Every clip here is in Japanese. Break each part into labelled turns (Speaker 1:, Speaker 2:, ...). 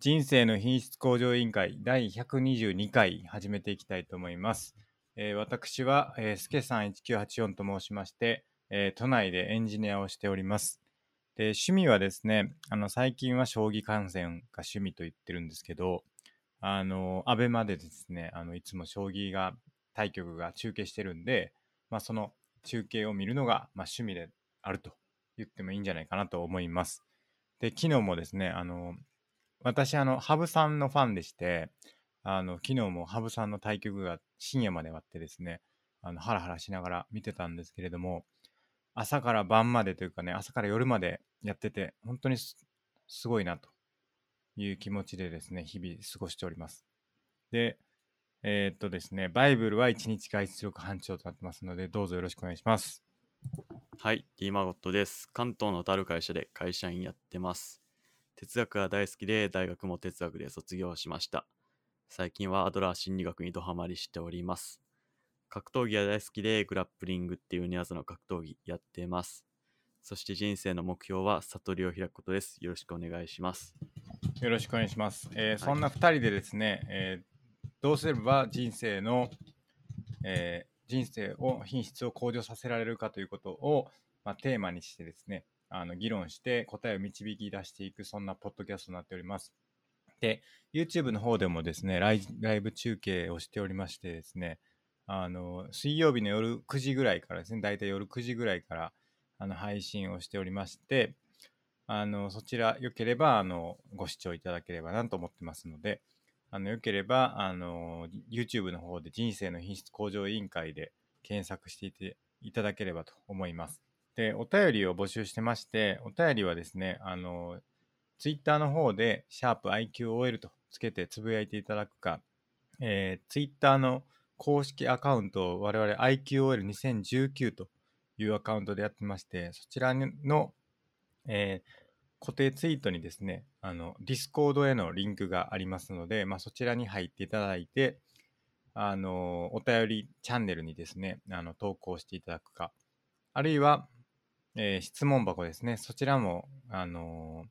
Speaker 1: 人生の品質向上委員会第122回始めていきたいと思います。えー私は、えー、すけさん1984と申しまして、えー都内でエンジニアをしております。で趣味はですね、あの最近は将棋観戦が趣味と言ってるんですけど、あの、アベマでですね、あのいつも将棋が、対局が中継してるんで、まあ、その中継を見るのが、まあ、趣味であると言ってもいいんじゃないかなと思います。で、昨日もですね、あの、私、あの、羽生さんのファンでして、あの、昨日も羽生さんの対局が深夜まで終わってですね、あの、ハラハラしながら見てたんですけれども、朝から晩までというかね、朝から夜までやってて、本当にすすごいなという気持ちでですね、日々過ごしております。で、えーっとですね、バイブルは1日外出力班長となってますので、どうぞよろしくお願いします。
Speaker 2: はい、リーマゴットです。関東のとある会社で会社員やってます。哲学が大好きで、大学も哲学で卒業しました。最近はアドラー心理学にドハマりしております。格闘技が大好きで、グラップリングっていうニアズの格闘技やってます。そして人生の目標は悟りを開くことです。よろしくお願いします。
Speaker 1: よろしくお願いします。えーそんな2人でですね、えーどうすれば人生の、えー人生を品質を向上させられるかということを、まあ、テーマにしてですね、あの議論して答えを導き出していく、そんなポッドキャストになっております。で、YouTube の方でもですね、ライライブ中継をしておりましてですね、あの水曜日の夜9時ぐらいからですね、だいたい夜9時ぐらいからあの配信をしておりまして、あの、そちら、良ければ、あの、ご視聴いただければなと思ってますので、あの、良ければ、あの、YouTube の方で人生の品質向上委員会で検索していていただければと思います。で、お便りを募集してまして、お便りはですね、あの、Twitter の方で、シャープ i q o l とつけてつぶやいていただくか、えー、Twitter の公式アカウントを我々 IQOL2019 というアカウントでやってまして、そちらの、えー固定ツイートにですね、あの、ディスコードへのリンクがありますので、まあ、そちらに入っていただいて、あの、お便りチャンネルにですね、あの、投稿していただくか、あるいは、えー質問箱ですね、そちらも、あの、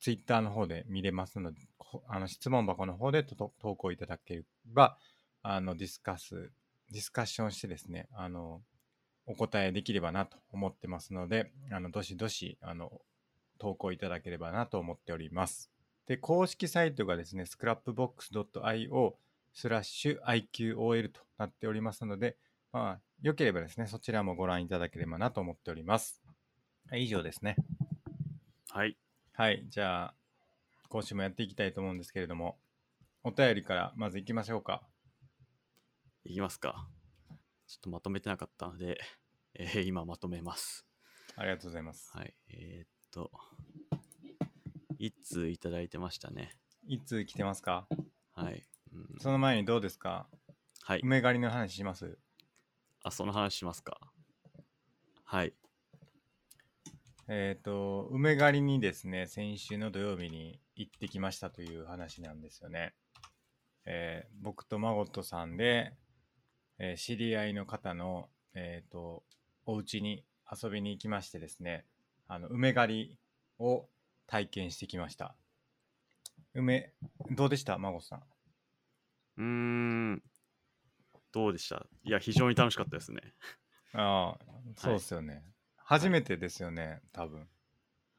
Speaker 1: ツイッターの方で見れますので、こあの質問箱の方でとと投稿いただければ、あの、ディスカス、ディスカッションしてですね、あの、お答えできればなと思ってますので、あの、どしどし、あの、投稿いただければなと思っております。で、公式サイトがですね、scrapbox.io スラッシュ IQOL となっておりますので、まあ、良ければですね、そちらもご覧いただければなと思っております。はい以上ですね。
Speaker 2: はい、
Speaker 1: はい、じゃあ、今週もやっていきたいと思うんですけれども、お便りからまず行きましょうか。
Speaker 2: いきますか。ちょっとまとめてなかったので、えー今まとめます。
Speaker 1: ありがとうございます。
Speaker 2: はい、えーっと、一通いただいてましたね。
Speaker 1: いつ来てますか
Speaker 2: はい。うん
Speaker 1: その前にどうですか
Speaker 2: はい。
Speaker 1: 梅狩りの話します
Speaker 2: あ、その話しますか。はい。
Speaker 1: えっ、と、梅狩りにですね、先週の土曜日に行ってきましたという話なんですよね。えー僕とマゴットさんで、えー知り合いの方の、えっ、と、お家に遊びに行きましてですね、あの、梅狩りを体験してきました。梅、どうでしたマゴットさん。
Speaker 2: うーん。どうでしたいや、非常に楽しかったですね。
Speaker 1: ああ、そうですよね。初めてですよね、多分。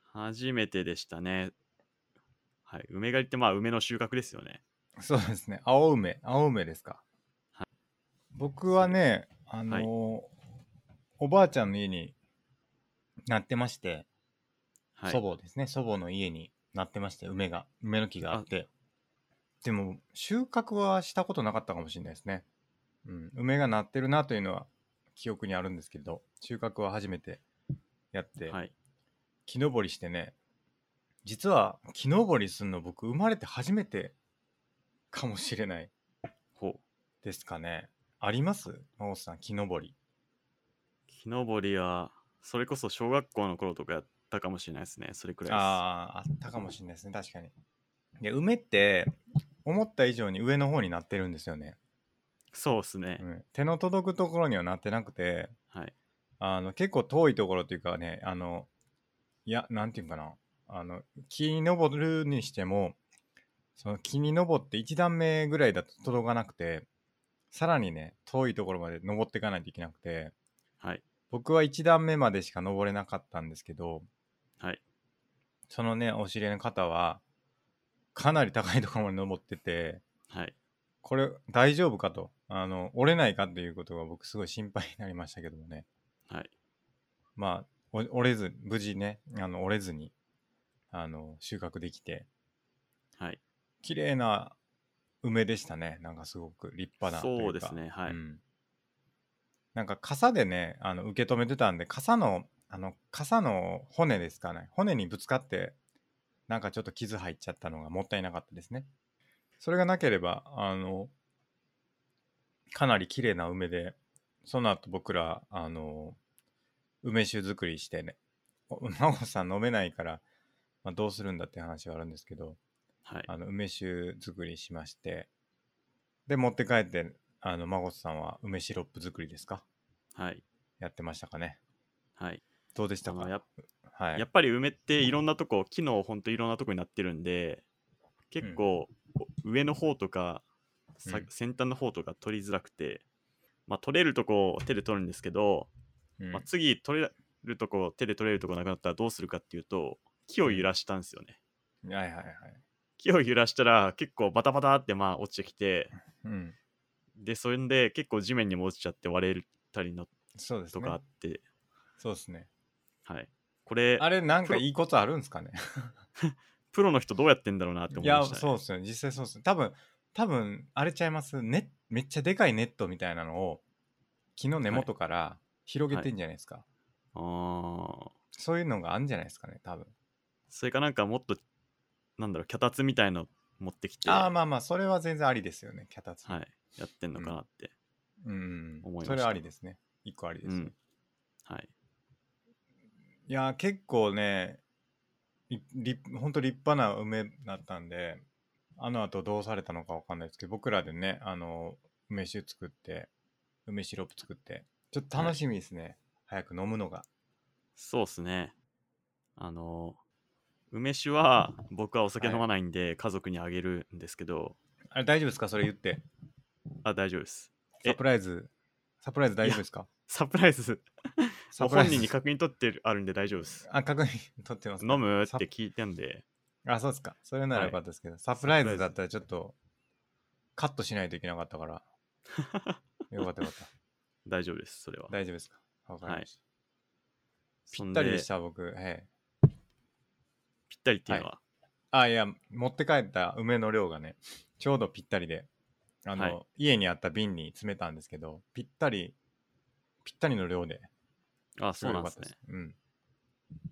Speaker 2: 初めてでしたね。はい。梅狩りって、まあ、梅の収穫ですよね。
Speaker 1: そうですね。青梅、青梅ですか。
Speaker 2: は
Speaker 1: 僕はね、あのーおばあちゃんの家になってまして、
Speaker 2: はい。
Speaker 1: 祖母ですね、祖母の家になってまして、梅が、梅の木があって。でも、収穫はしたことなかったかもしれないですね。うん、梅がなってるなというのは記憶にあるんですけど、収穫は初めてやって、
Speaker 2: はい。
Speaker 1: 木登りしてね実は木登りするの僕生まれて初めてかもしれない
Speaker 2: ほう。
Speaker 1: ですかねあります真帆さん木登り
Speaker 2: 木登りは、それこそ小学校の頃とかやったかもしれないですね。それくらいです。
Speaker 1: ああーあったかもしれないですね確かにで梅って思った以上に上の方になってるんですよね、
Speaker 2: そうですね
Speaker 1: う。ん、手の届くところにはなってなくて
Speaker 2: はい。
Speaker 1: あの結構遠いところというかねあのいやなんていうんかなあの木に登るにしてもその木に登って1段目ぐらいだと届かなくて、さらにね、遠いところまで登っていかないといけなくて、
Speaker 2: はい。
Speaker 1: 僕は1段目までしか登れなかったんですけど、
Speaker 2: はい。
Speaker 1: そのね、お知り合いの方は、かなり高いところまで登ってて、
Speaker 2: はい。
Speaker 1: これ大丈夫かと、あの、折れないかっていうことが僕すごい心配になりましたけどもね。
Speaker 2: はい。
Speaker 1: まあ、お折れず、無事ね、あの折れずに、あの、収穫できて、
Speaker 2: はい。
Speaker 1: 綺麗な梅でしたね。なんかすごく立派なといか。
Speaker 2: そうですね。はい。
Speaker 1: うん、なんか傘でねあの受け止めてたんで傘のあの傘の骨ですかね骨にぶつかってなんかちょっと傷入っちゃったのがもったいなかったですねそれがなければあのかなり綺麗な梅でその後僕らあの梅酒作りしてねお真帆さん飲めないから、まあ、どうするんだって話はあるんですけど
Speaker 2: はい。
Speaker 1: あの梅酒作りしましてで持って帰ってあの孫さんは梅シロップ作りですか
Speaker 2: はい。
Speaker 1: やってましたかね
Speaker 2: はい。
Speaker 1: どうでし
Speaker 2: あ
Speaker 1: たか
Speaker 2: のやっ
Speaker 1: はい
Speaker 2: やっぱり梅っていろんなとこ、木のほんといろんなとこになってるんで、結構上の方とか、さ
Speaker 1: うん
Speaker 2: 先端の方とか取りづらくて、まあ取れるとこを手で取るんですけど、
Speaker 1: うん
Speaker 2: まあ、次取れるとこ手で取れるとこなくなったらどうするかっていうと木を揺らしたんですよね
Speaker 1: はいはいはい
Speaker 2: 木を揺らしたら結構バタバタってまあ落ちてきて
Speaker 1: うん
Speaker 2: でそれで結構地面にも落ちちゃって割れたりの
Speaker 1: そうです
Speaker 2: とか
Speaker 1: ね
Speaker 2: あって、
Speaker 1: そうですね
Speaker 2: はいこれ
Speaker 1: あれなん
Speaker 2: プ
Speaker 1: か
Speaker 2: ロ
Speaker 1: いいことあるんです かね
Speaker 2: プロの人どうやってんだろうなって思
Speaker 1: い
Speaker 2: いま
Speaker 1: や
Speaker 2: した、ね、
Speaker 1: そうですね実際そうですね多分多分あれちゃいますねめっちゃでかいネットみたいなのを木の根元から広げてんじゃないですか、
Speaker 2: あー
Speaker 1: そういうのがあるんじゃないですかね多分
Speaker 2: それかなんかもっとなんだろう脚立みたいの持ってきて
Speaker 1: ああまあまあそれは全然ありですよね脚立
Speaker 2: はい、やってんのかなって、
Speaker 1: うん
Speaker 2: 思いました
Speaker 1: それはありですね一個ありですね、
Speaker 2: うんはい
Speaker 1: いやー結構ねい立ほんと立派な梅だったんであの後どうされたのかわかんないですけど僕らでねあの梅酒作って梅シロップ作ってちょっと楽しみですね、早く飲むのが
Speaker 2: そうっすね。あの、梅酒は僕はお酒飲まないんで家族にあげるんですけど、
Speaker 1: あれ大丈夫ですかそれ言って
Speaker 2: あ、大丈夫です。え
Speaker 1: サプライズサプライズ大丈夫ですか
Speaker 2: サプライズ、
Speaker 1: サ
Speaker 2: もう
Speaker 1: プライ
Speaker 2: 本
Speaker 1: ズ
Speaker 2: 人に確認取ってるあるんで大丈夫です。
Speaker 1: あ確認取ってますか
Speaker 2: 飲むっ
Speaker 1: サ
Speaker 2: て聞いてんで、
Speaker 1: あそうですかそれならよかったですけど、サプライズだったらちょっとカットしないといけなかったから よかったよかった
Speaker 2: 大丈夫です、それは。
Speaker 1: 大丈夫ですかわかりました、
Speaker 2: ぴ
Speaker 1: ぴったりでし。た僕ええ
Speaker 2: ぴったりっていうのは、
Speaker 1: あいや持って帰った梅の量がねちょうどぴったりであの、
Speaker 2: はい
Speaker 1: 家にあった瓶に詰めたんですけどぴったりぴったりの量で
Speaker 2: あ、そうなんですね。
Speaker 1: うん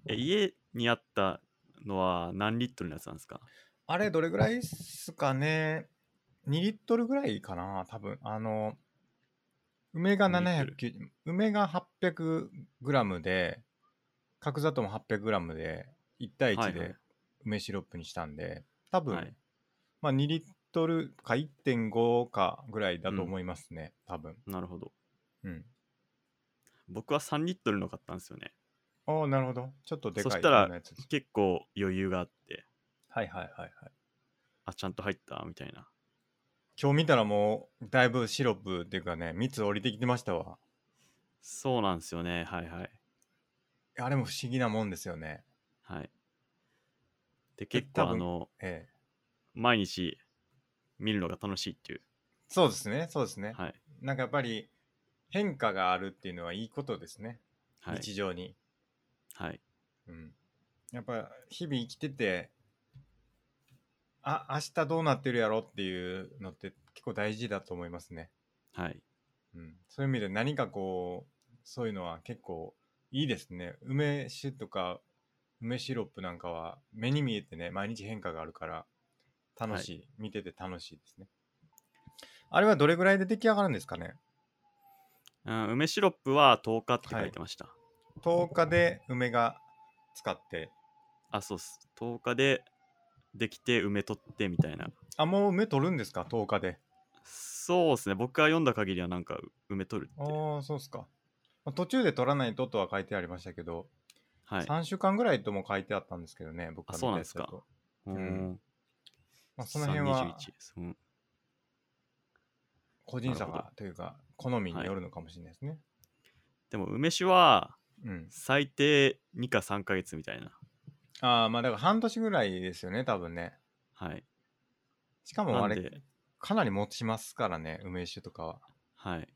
Speaker 2: え、家にあったのは何リットルのやつなんですか
Speaker 1: あれどれぐらいっすかね2リットルぐらいかな多分あの梅が
Speaker 2: 2リッ
Speaker 1: 790梅が800グラムで角砂糖も800グラムで1対
Speaker 2: は
Speaker 1: 1
Speaker 2: いはい
Speaker 1: で梅シロップにしたんで多分、
Speaker 2: はい
Speaker 1: まあ2リットルか1.5かぐらいだと思いますね、多分
Speaker 2: なるほど。
Speaker 1: うん
Speaker 2: 僕は3リットルの買ったんですよね。
Speaker 1: ああなるほどちょっとでかい
Speaker 2: そしたら
Speaker 1: こんなやつ
Speaker 2: 結構余裕があって、
Speaker 1: はいはいはいはい
Speaker 2: あ、ちゃんと入ったみたいな。
Speaker 1: 今日見たらもうだいぶシロップっていうかね蜜降りてきてましたわ
Speaker 2: そうなんですよね。はいはい。
Speaker 1: あれも不思議なもんですよね
Speaker 2: はい。で、結
Speaker 1: 多
Speaker 2: 構
Speaker 1: 分
Speaker 2: あの、
Speaker 1: ええ
Speaker 2: 毎日見るのが楽しいっていう。
Speaker 1: そうですねそうですね、
Speaker 2: はい。
Speaker 1: なんかやっぱり変化があるっていうのはいいことですね、
Speaker 2: はい。
Speaker 1: 日常に、
Speaker 2: はい。
Speaker 1: うん、やっぱ日々生きててあ明日どうなってるやろっていうのって結構大事だと思いますね、
Speaker 2: はい。
Speaker 1: うん、そういう意味で何かこうそういうのは結構いいですね梅酒とか梅シロップなんかは目に見えてね毎日変化があるから楽しい、見てて楽しいですねあれはどれぐらいで出来上がるんですかね
Speaker 2: うん、梅シロップは10日って書いてました。
Speaker 1: 10日で梅が使って
Speaker 2: あ、そうっす。10日でできて梅取ってみたいな。
Speaker 1: あもう梅取るんですか10日で
Speaker 2: そうですね。僕が読んだ限りはなんか梅取る
Speaker 1: あ
Speaker 2: って。
Speaker 1: あそうっすか、まあ途中で取らないととは書いてありましたけど、
Speaker 2: はい。
Speaker 1: 3週間ぐらいとも書いてあったんですけどね僕が見たやつだ
Speaker 2: あそうなんで
Speaker 1: と
Speaker 2: すうーん
Speaker 1: まあ、その辺は
Speaker 2: 321です。うん。
Speaker 1: 個人差
Speaker 2: なるほ
Speaker 1: がというか、好みによるのかもしれないですね。
Speaker 2: でも、梅酒は
Speaker 1: うん。
Speaker 2: 最低2か3ヶ月みたいな。
Speaker 1: ああ、まあだから半年ぐらいですよね、多分ね。
Speaker 2: はい。
Speaker 1: しかも
Speaker 2: な
Speaker 1: あ
Speaker 2: ん
Speaker 1: れ、
Speaker 2: で、
Speaker 1: かなり持ちますからね、梅酒とかは。
Speaker 2: はい。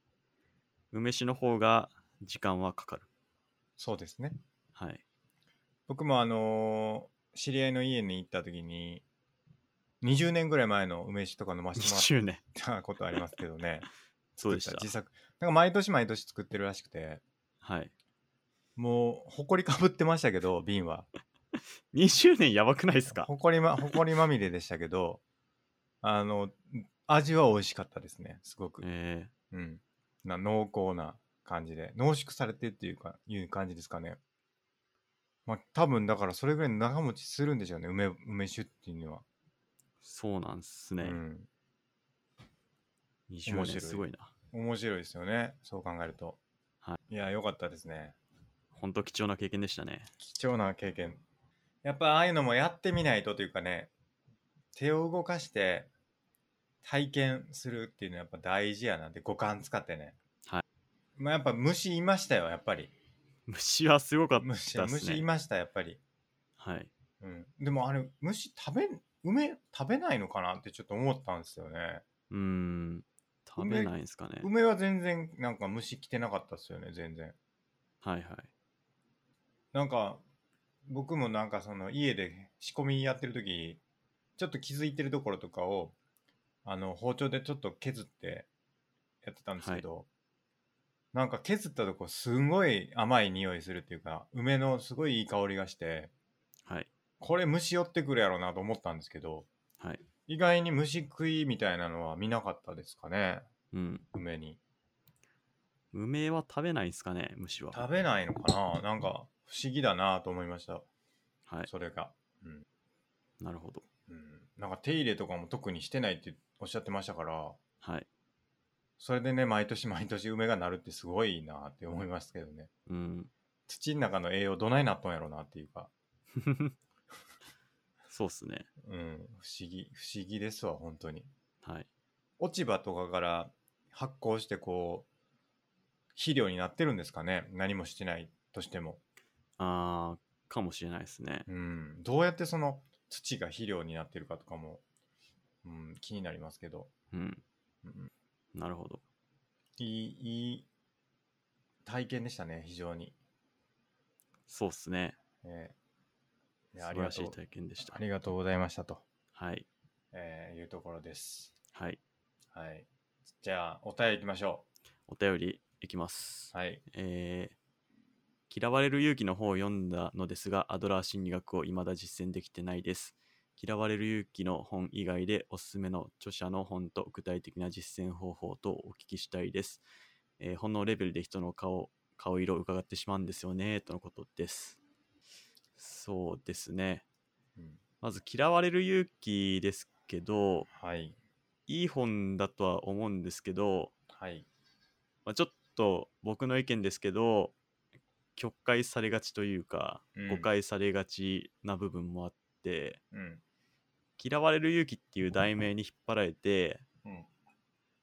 Speaker 2: 梅酒の方が時間はかかる。
Speaker 1: そうですね。
Speaker 2: はい。
Speaker 1: 僕もあのー知り合いの家に行った時に、20年ぐらい前の梅酒とか飲ませてもらっ
Speaker 2: 20年。
Speaker 1: たことありますけど ね。
Speaker 2: そうでし
Speaker 1: 作
Speaker 2: た
Speaker 1: っ。自作。なんか毎年毎年作ってるらしくて、
Speaker 2: はい。
Speaker 1: もう、ほこりかぶってましたけ ど、瓶は。
Speaker 2: 20年やばくないですか
Speaker 1: ほこりま、ほこりまみれでしたけど、あの、味は美味しかったですね、すごく。
Speaker 2: え
Speaker 1: うん。な濃厚な感じで、濃縮されてっていうか、いう感じですかね。まあ、多分だからそれぐらい長持ちするんでしょうね、梅、梅酒っていうのは。
Speaker 2: ー、そうなんす
Speaker 1: う
Speaker 2: ね。
Speaker 1: ん。
Speaker 2: 20
Speaker 1: 面白
Speaker 2: 年
Speaker 1: い
Speaker 2: すごいな。
Speaker 1: 面白いですよね、そう考えると。。
Speaker 2: はい
Speaker 1: いや、良かったですね。
Speaker 2: ほんと貴重な経験でしたね。
Speaker 1: 貴重な経験。やっぱああいうのもやってみないとというかね、手を動かして体験するっていうのはやっぱ大事やなって五感使ってね。
Speaker 2: はい。
Speaker 1: まあやっぱ虫いましたよ、やっぱり。
Speaker 2: 虫はすごかったっす
Speaker 1: 虫、
Speaker 2: ね。
Speaker 1: 虫いました、やっぱり。
Speaker 2: はい。
Speaker 1: うん。でもあれ、虫食べん、梅食べないのかなってちょっと思ったんですよね。
Speaker 2: うーん。食べないんすかね。
Speaker 1: 梅は全然なんか虫来てなかったですよね、全然。
Speaker 2: はいはい。
Speaker 1: なんか僕もなんかその家で仕込みやってる時ちょっと気づいてるところとかをあの包丁でちょっと削ってやってたんですけど、なんか削ったとこすんごい甘い匂いするっていうか梅のすごいいい香りがして
Speaker 2: はい。
Speaker 1: これ虫寄ってくるやろうなと思ったんですけど
Speaker 2: はい。
Speaker 1: 意外に虫食いみたいなのは見なかったですかね
Speaker 2: うん。
Speaker 1: 梅に
Speaker 2: 梅は食べないんすかね、虫は。
Speaker 1: 食べないのかななんか不思議だなと思いました
Speaker 2: はい。
Speaker 1: それが
Speaker 2: なるほど。
Speaker 1: うんなんか手入れとかも特にしてないっておっしゃってましたから、
Speaker 2: はい。
Speaker 1: それでね、毎年 毎年梅がなるってすごいなって思いますけどね。
Speaker 2: うん。
Speaker 1: 土の中の栄養どないなっとんやろなっていうか、
Speaker 2: そうっすね。
Speaker 1: うん、不思議、不思議ですわ、本当に。
Speaker 2: はい。
Speaker 1: 落ち葉とかから発酵してこう、肥料になってるんですかね。何もしてないとしても。
Speaker 2: あー、かもしれないですね。
Speaker 1: うん、どうやってその土が肥料になってるかとかも、うん、気になりますけど。
Speaker 2: うん。
Speaker 1: うん
Speaker 2: なるほど。
Speaker 1: いい、いい体験でしたね、非常に。
Speaker 2: そうっすね。
Speaker 1: えーい
Speaker 2: 素
Speaker 1: やあ
Speaker 2: 晴
Speaker 1: りが
Speaker 2: ら
Speaker 1: と
Speaker 2: しいう体験でした
Speaker 1: あ。りがとうございましたと、
Speaker 2: はい。
Speaker 1: えーいうところです。
Speaker 2: はい。
Speaker 1: はい。じゃあ、お便りいきましょ
Speaker 2: お便りいきます。
Speaker 1: う。はい。
Speaker 2: えー嫌われる勇気の方を読んだのですが、アドラー心理学を未だ実践できてないです。嫌われる勇気の本以外でおすすめの著者の本と具体的な実践方法とお聞きしたいです。えー本のレベルで人の顔、顔色を伺ってしまうんですよね、とのことです。そうですね。
Speaker 1: うん
Speaker 2: まず、嫌われる勇気ですけど、
Speaker 1: はい。
Speaker 2: いい本だとは思うんですけど、
Speaker 1: はい。
Speaker 2: まあ、ちょっと僕の意見ですけど曲解されがちというか、
Speaker 1: うん
Speaker 2: 誤解されがちな部分もあって
Speaker 1: うん。
Speaker 2: 「嫌われる勇気」っていう題名に引っ張られて
Speaker 1: うん。
Speaker 2: も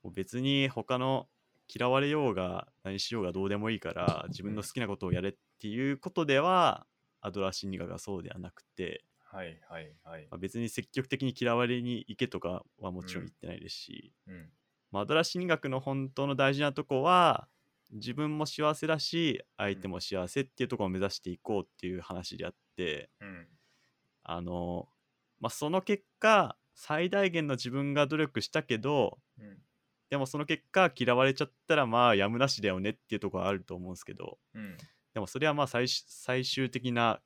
Speaker 2: う別に他の嫌われようが何しようがどうでもいいから自分の好きなことをやれっていうことでは、アドラー心理学がそうではなくて、
Speaker 1: はい。はい。はい
Speaker 2: ま。あ、別に積極的に嫌われに行けとかはもちろん言ってないですし、
Speaker 1: うん。
Speaker 2: まあアドラー心理学の本当の大事なとこは自分も幸せだし相手も幸せっていうところを目指していこうっていう話であって
Speaker 1: うん。
Speaker 2: あの、まあ、その結果最大限の自分が努力したけど
Speaker 1: うん。
Speaker 2: でもその結果嫌われちゃったらまあやむなしだよねっていうところはあると思うんですけど
Speaker 1: うん。
Speaker 2: でもそれはまあ最終最終的な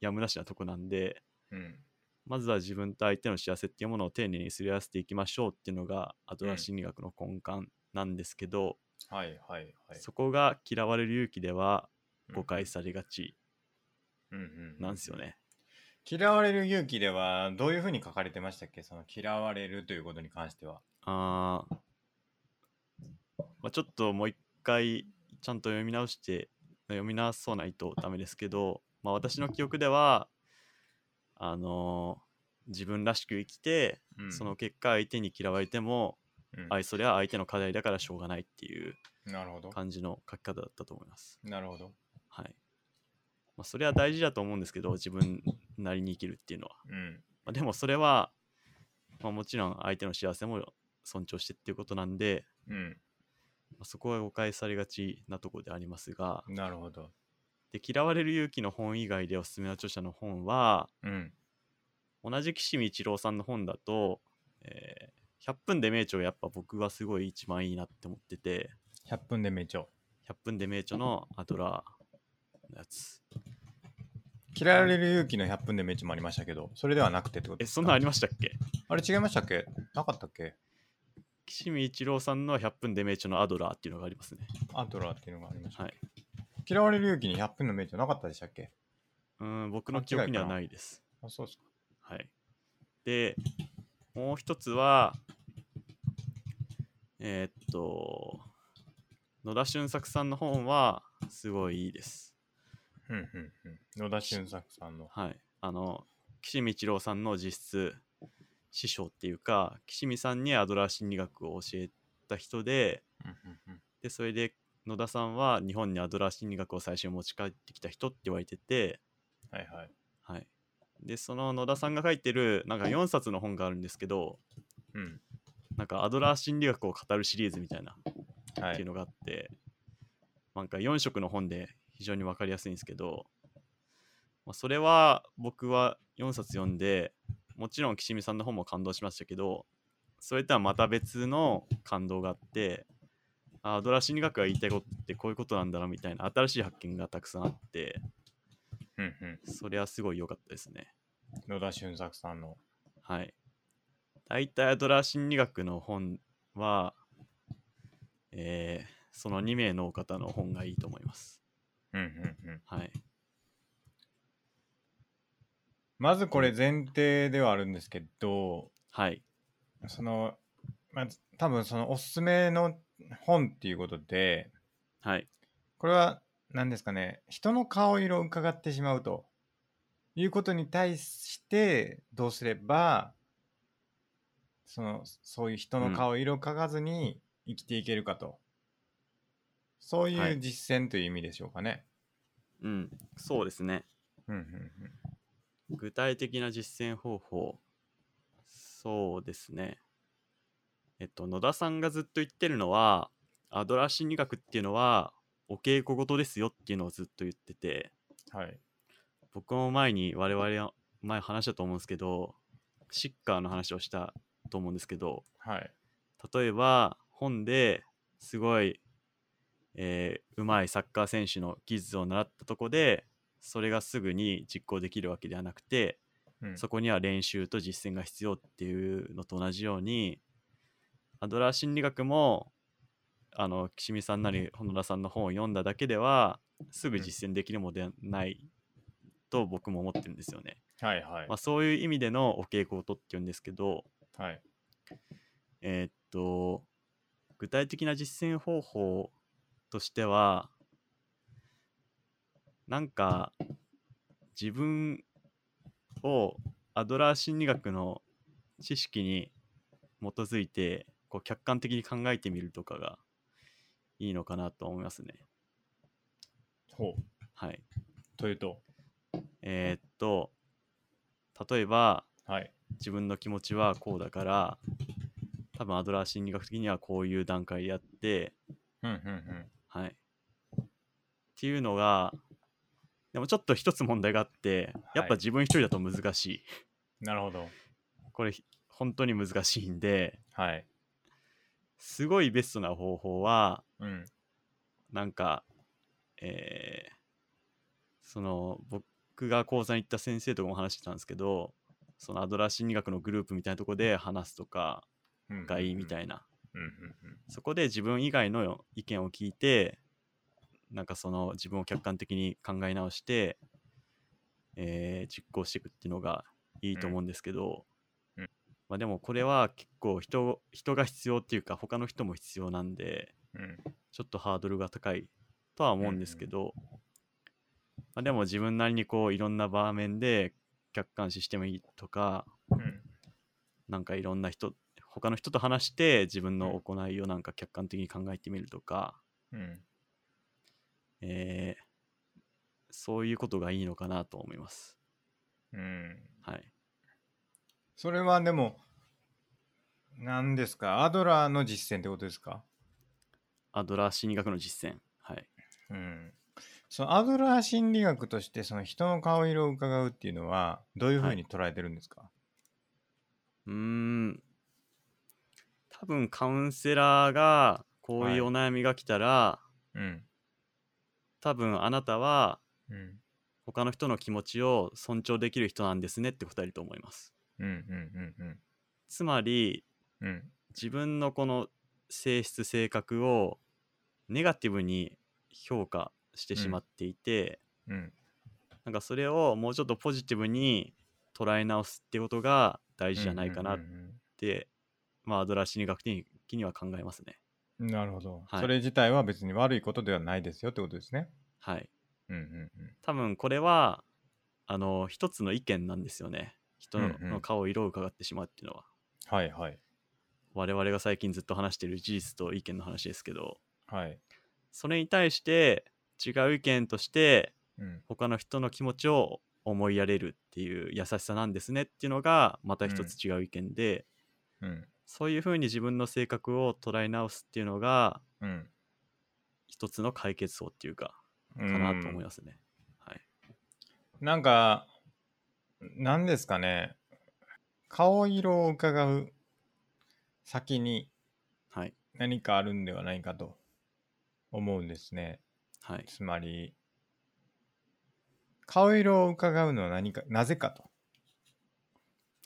Speaker 2: やむなしなとこなんで
Speaker 1: うん。
Speaker 2: まずは自分と相手の幸せっていうものを丁寧にすり合わせていきましょうっていうのがアドラー心理学の根幹なんですけど、
Speaker 1: はい。はい。はい。
Speaker 2: そこが嫌われる勇気では
Speaker 1: うん
Speaker 2: 誤解。されがち
Speaker 1: うん。うん。
Speaker 2: なんですよね。
Speaker 1: 嫌われる勇気では、どういうふうに書かれてましたっけその嫌われるということに関しては。
Speaker 2: あーまあ、ちょっともう一回ちゃんと読み直して読み直そうないとダメですけど、まあ、私の記憶ではあのー自分らしく生きて
Speaker 1: うん
Speaker 2: その結果相手に嫌われても、
Speaker 1: うん
Speaker 2: あいそれは相手の課題だからしょうがないっていう
Speaker 1: なるほど。
Speaker 2: 感じの書き方だったと思います。
Speaker 1: なるほど。
Speaker 2: はい。まあ、それは大事だと思うんですけど、自分なりに生きるっていうのは。
Speaker 1: うん。
Speaker 2: まあ、でもそれは、まあ、もちろん相手の幸せも尊重してっていうことなんで、
Speaker 1: うん。
Speaker 2: まあ、そこは誤解されがちなところでありますが、
Speaker 1: なるほど。
Speaker 2: で嫌われる勇気の本以外でおすすめの著者の本は、
Speaker 1: うん。
Speaker 2: 同じ岸見一郎さんの本だと、えー100分で名著がやっぱ僕はすごい一番いいなって思ってて、
Speaker 1: 100分でめっちゃ。
Speaker 2: 100分で名著のアドラーのやつ。
Speaker 1: 嫌われる勇気の100分でめっちゃもありましたけど、それではなくてってことで
Speaker 2: え、
Speaker 1: すか
Speaker 2: そんなんありましたっけ
Speaker 1: あれ違いましたっけなかったっけ
Speaker 2: 岸見一郎さんの100分で名著のアドラーっていうのがありますね。
Speaker 1: アドラーっていうのがありました。
Speaker 2: はい。
Speaker 1: 嫌われる勇気に100分の名著なかったでしたっけ
Speaker 2: うーん、僕の
Speaker 1: 勘違い
Speaker 2: 記憶には
Speaker 1: かな
Speaker 2: ないです。
Speaker 1: あ、そうですか。
Speaker 2: はい。で、もう一つは、えーっと、野田俊作さんの本はすごいいいです。
Speaker 1: うんうんうん。野田俊作さんの。
Speaker 2: はい。あの、岸見一郎さんの実質師匠っていうか、岸見さんにアドラー心理学を教えた人で、
Speaker 1: うんうん
Speaker 2: で、それで野田さんは日本にアドラー心理学を最初に持ち帰ってきた人って言われてて、
Speaker 1: うん。はいはい。
Speaker 2: はい。で、その野田さんが書いてる、なんか4冊の本があるんですけど、
Speaker 1: うん。
Speaker 2: なんかアドラー心理学を語るシリーズみたいな
Speaker 1: は
Speaker 2: っていう
Speaker 1: い。
Speaker 2: のがあって、なんか4色の本で非常に分かりやすいんですけど、まあ、それは僕は4冊読んでもちろん岸見さんの本も感動しましたけどそれとはまた別の感動があってあアドラー心理学が言いたいことってこういうことなんだなみたいな新しい発見がたくさんあって
Speaker 1: うんうん。
Speaker 2: それはすごい良かったですね
Speaker 1: 野田俊作さんの。
Speaker 2: はい。大体アドラー心理学の本は、えーその2名の方の本がいいと思います。
Speaker 1: うんうんうん。
Speaker 2: はい。
Speaker 1: まずこれ前提ではあるんですけど、
Speaker 2: はい。
Speaker 1: その、まあ、多分そのおすすめの本っていうことで、
Speaker 2: はい。
Speaker 1: これは何ですかね、人の顔色を伺ってしまうということに対して、どうすれば、その、そういう人の顔色を伺わずに生きていけるかと。そう
Speaker 2: はいいう
Speaker 1: 実践という意味でしょうかね。
Speaker 2: うん。そうですね。
Speaker 1: うんうん
Speaker 2: 具体的な実践方法。そうですね。えっと、野田さんがずっと言ってるのは、アドラー心理学っていうのは、お稽古事ですよっていうのをずっと言ってて、
Speaker 1: うん。はい。
Speaker 2: 僕も前に我々は前話したと思うんですけどシッカーの話をしたと思うんですけど
Speaker 1: はい。
Speaker 2: 例えば本ですごい、えー、うまいサッカー選手の技術を習ったとこでそれがすぐに実行できるわけではなくて
Speaker 1: うん
Speaker 2: そこには練習と実践が必要っていうのと同じようにアドラー心理学もあの岸見さんなり本田さんの本を読んだだけではすぐ実践できるものではないと僕も思ってるんですよね。
Speaker 1: はいはい
Speaker 2: まあ、。そういう意味でのお稽古事って言うんですけど、
Speaker 1: はい。
Speaker 2: えーっと具体的な実践方法としてはなんか自分をアドラー心理学の知識に基づいてこう客観的に考えてみるとかがいいのかなと思いますね。
Speaker 1: ほう。
Speaker 2: はい、
Speaker 1: というと。
Speaker 2: えーっと例えば
Speaker 1: はい。
Speaker 2: 自分の気持ちはこうだから多分アドラー心理学的にはこういう段階であって
Speaker 1: うんうんうん。
Speaker 2: はい。っていうのが、でもちょっと一つ問題があって、やっ
Speaker 1: は
Speaker 2: ぱ
Speaker 1: い
Speaker 2: 自分一人だと難しい。
Speaker 1: なるほど。
Speaker 2: これ、ひ本当に難しいんで、
Speaker 1: はい。
Speaker 2: すごいベストな方法は、
Speaker 1: うん。
Speaker 2: なんか、えーその、僕が講座に行った先生とかも話してたんですけど、そのアドラー心理学のグループみたいなとこで話すとか
Speaker 1: うん
Speaker 2: がいいみた
Speaker 1: い。
Speaker 2: いな。
Speaker 1: うんうんうん。
Speaker 2: そこで自分以外の意見を聞いて、なんかその自分を客観的に考え直して、えー実行していくっていうのがいいと思うんですけど、
Speaker 1: うんうん
Speaker 2: まあ、でもこれは結構人人が必要っていうか他の人も必要なんで
Speaker 1: うん、
Speaker 2: ちょっとハードルが高いとは思うんですけど、まあ、でも自分なりにこういろんな場面で客観視してもいいとか
Speaker 1: うん、
Speaker 2: なんかいろんな人他の人と話して自分の行いをなんか客観的に考えてみるとか、
Speaker 1: うん。
Speaker 2: えーそういうことがいいのかなと思います。
Speaker 1: うん。
Speaker 2: はい。
Speaker 1: それはでも、何ですかアドラーの実践ってことですか
Speaker 2: アドラー心理学の実践。はい。
Speaker 1: うん。そのアドラー心理学として、その人の顔色を伺うっていうのは、どういうふうに捉えてるんですか、
Speaker 2: うーん。多分カウンセラーがこういうお悩みが来たら、
Speaker 1: うん。
Speaker 2: 多分あなたは
Speaker 1: うん。
Speaker 2: 他の人の気持ちを尊重できる人なんですねって答えると思います。
Speaker 1: うんうんうん
Speaker 2: つまり
Speaker 1: うん。うん。
Speaker 2: 自分のこの性質性格をネガティブに評価してしまっていて、
Speaker 1: うん。
Speaker 2: なんかそれをもうちょっとポジティブに捉え直すってことが大事じゃないかな
Speaker 1: う
Speaker 2: っ
Speaker 1: んうん
Speaker 2: て、まあアドラー心理学的には考えますね。
Speaker 1: うんなるほど、
Speaker 2: はい
Speaker 1: それ自体は別に悪いことではないですよってことですね。
Speaker 2: はい。
Speaker 1: うんうん
Speaker 2: 多分これはあの一つの意見なんですよね。人
Speaker 1: うんうん
Speaker 2: の顔色を伺ってしまうっていうのは。
Speaker 1: うん。はいはい。
Speaker 2: 我々が最近ずっと話してる事実と意見の話ですけど
Speaker 1: はい。
Speaker 2: それに対して違う意見として
Speaker 1: うん。
Speaker 2: 他の人の気持ちを思いやれるっていう優しさなんですねっていうのがまた一つ違う意見で、
Speaker 1: うん。
Speaker 2: そういうふうに自分の性格を捉え直すっていうのが
Speaker 1: うん。
Speaker 2: 一つの解決法っていうか
Speaker 1: か
Speaker 2: かなと思いますね、はい
Speaker 1: なんか、なんですかね、顔色を伺う先に
Speaker 2: はい
Speaker 1: 何かあるんではないかと思うんですね。
Speaker 2: はい
Speaker 1: つまり、顔色を伺うのは何か、なぜかと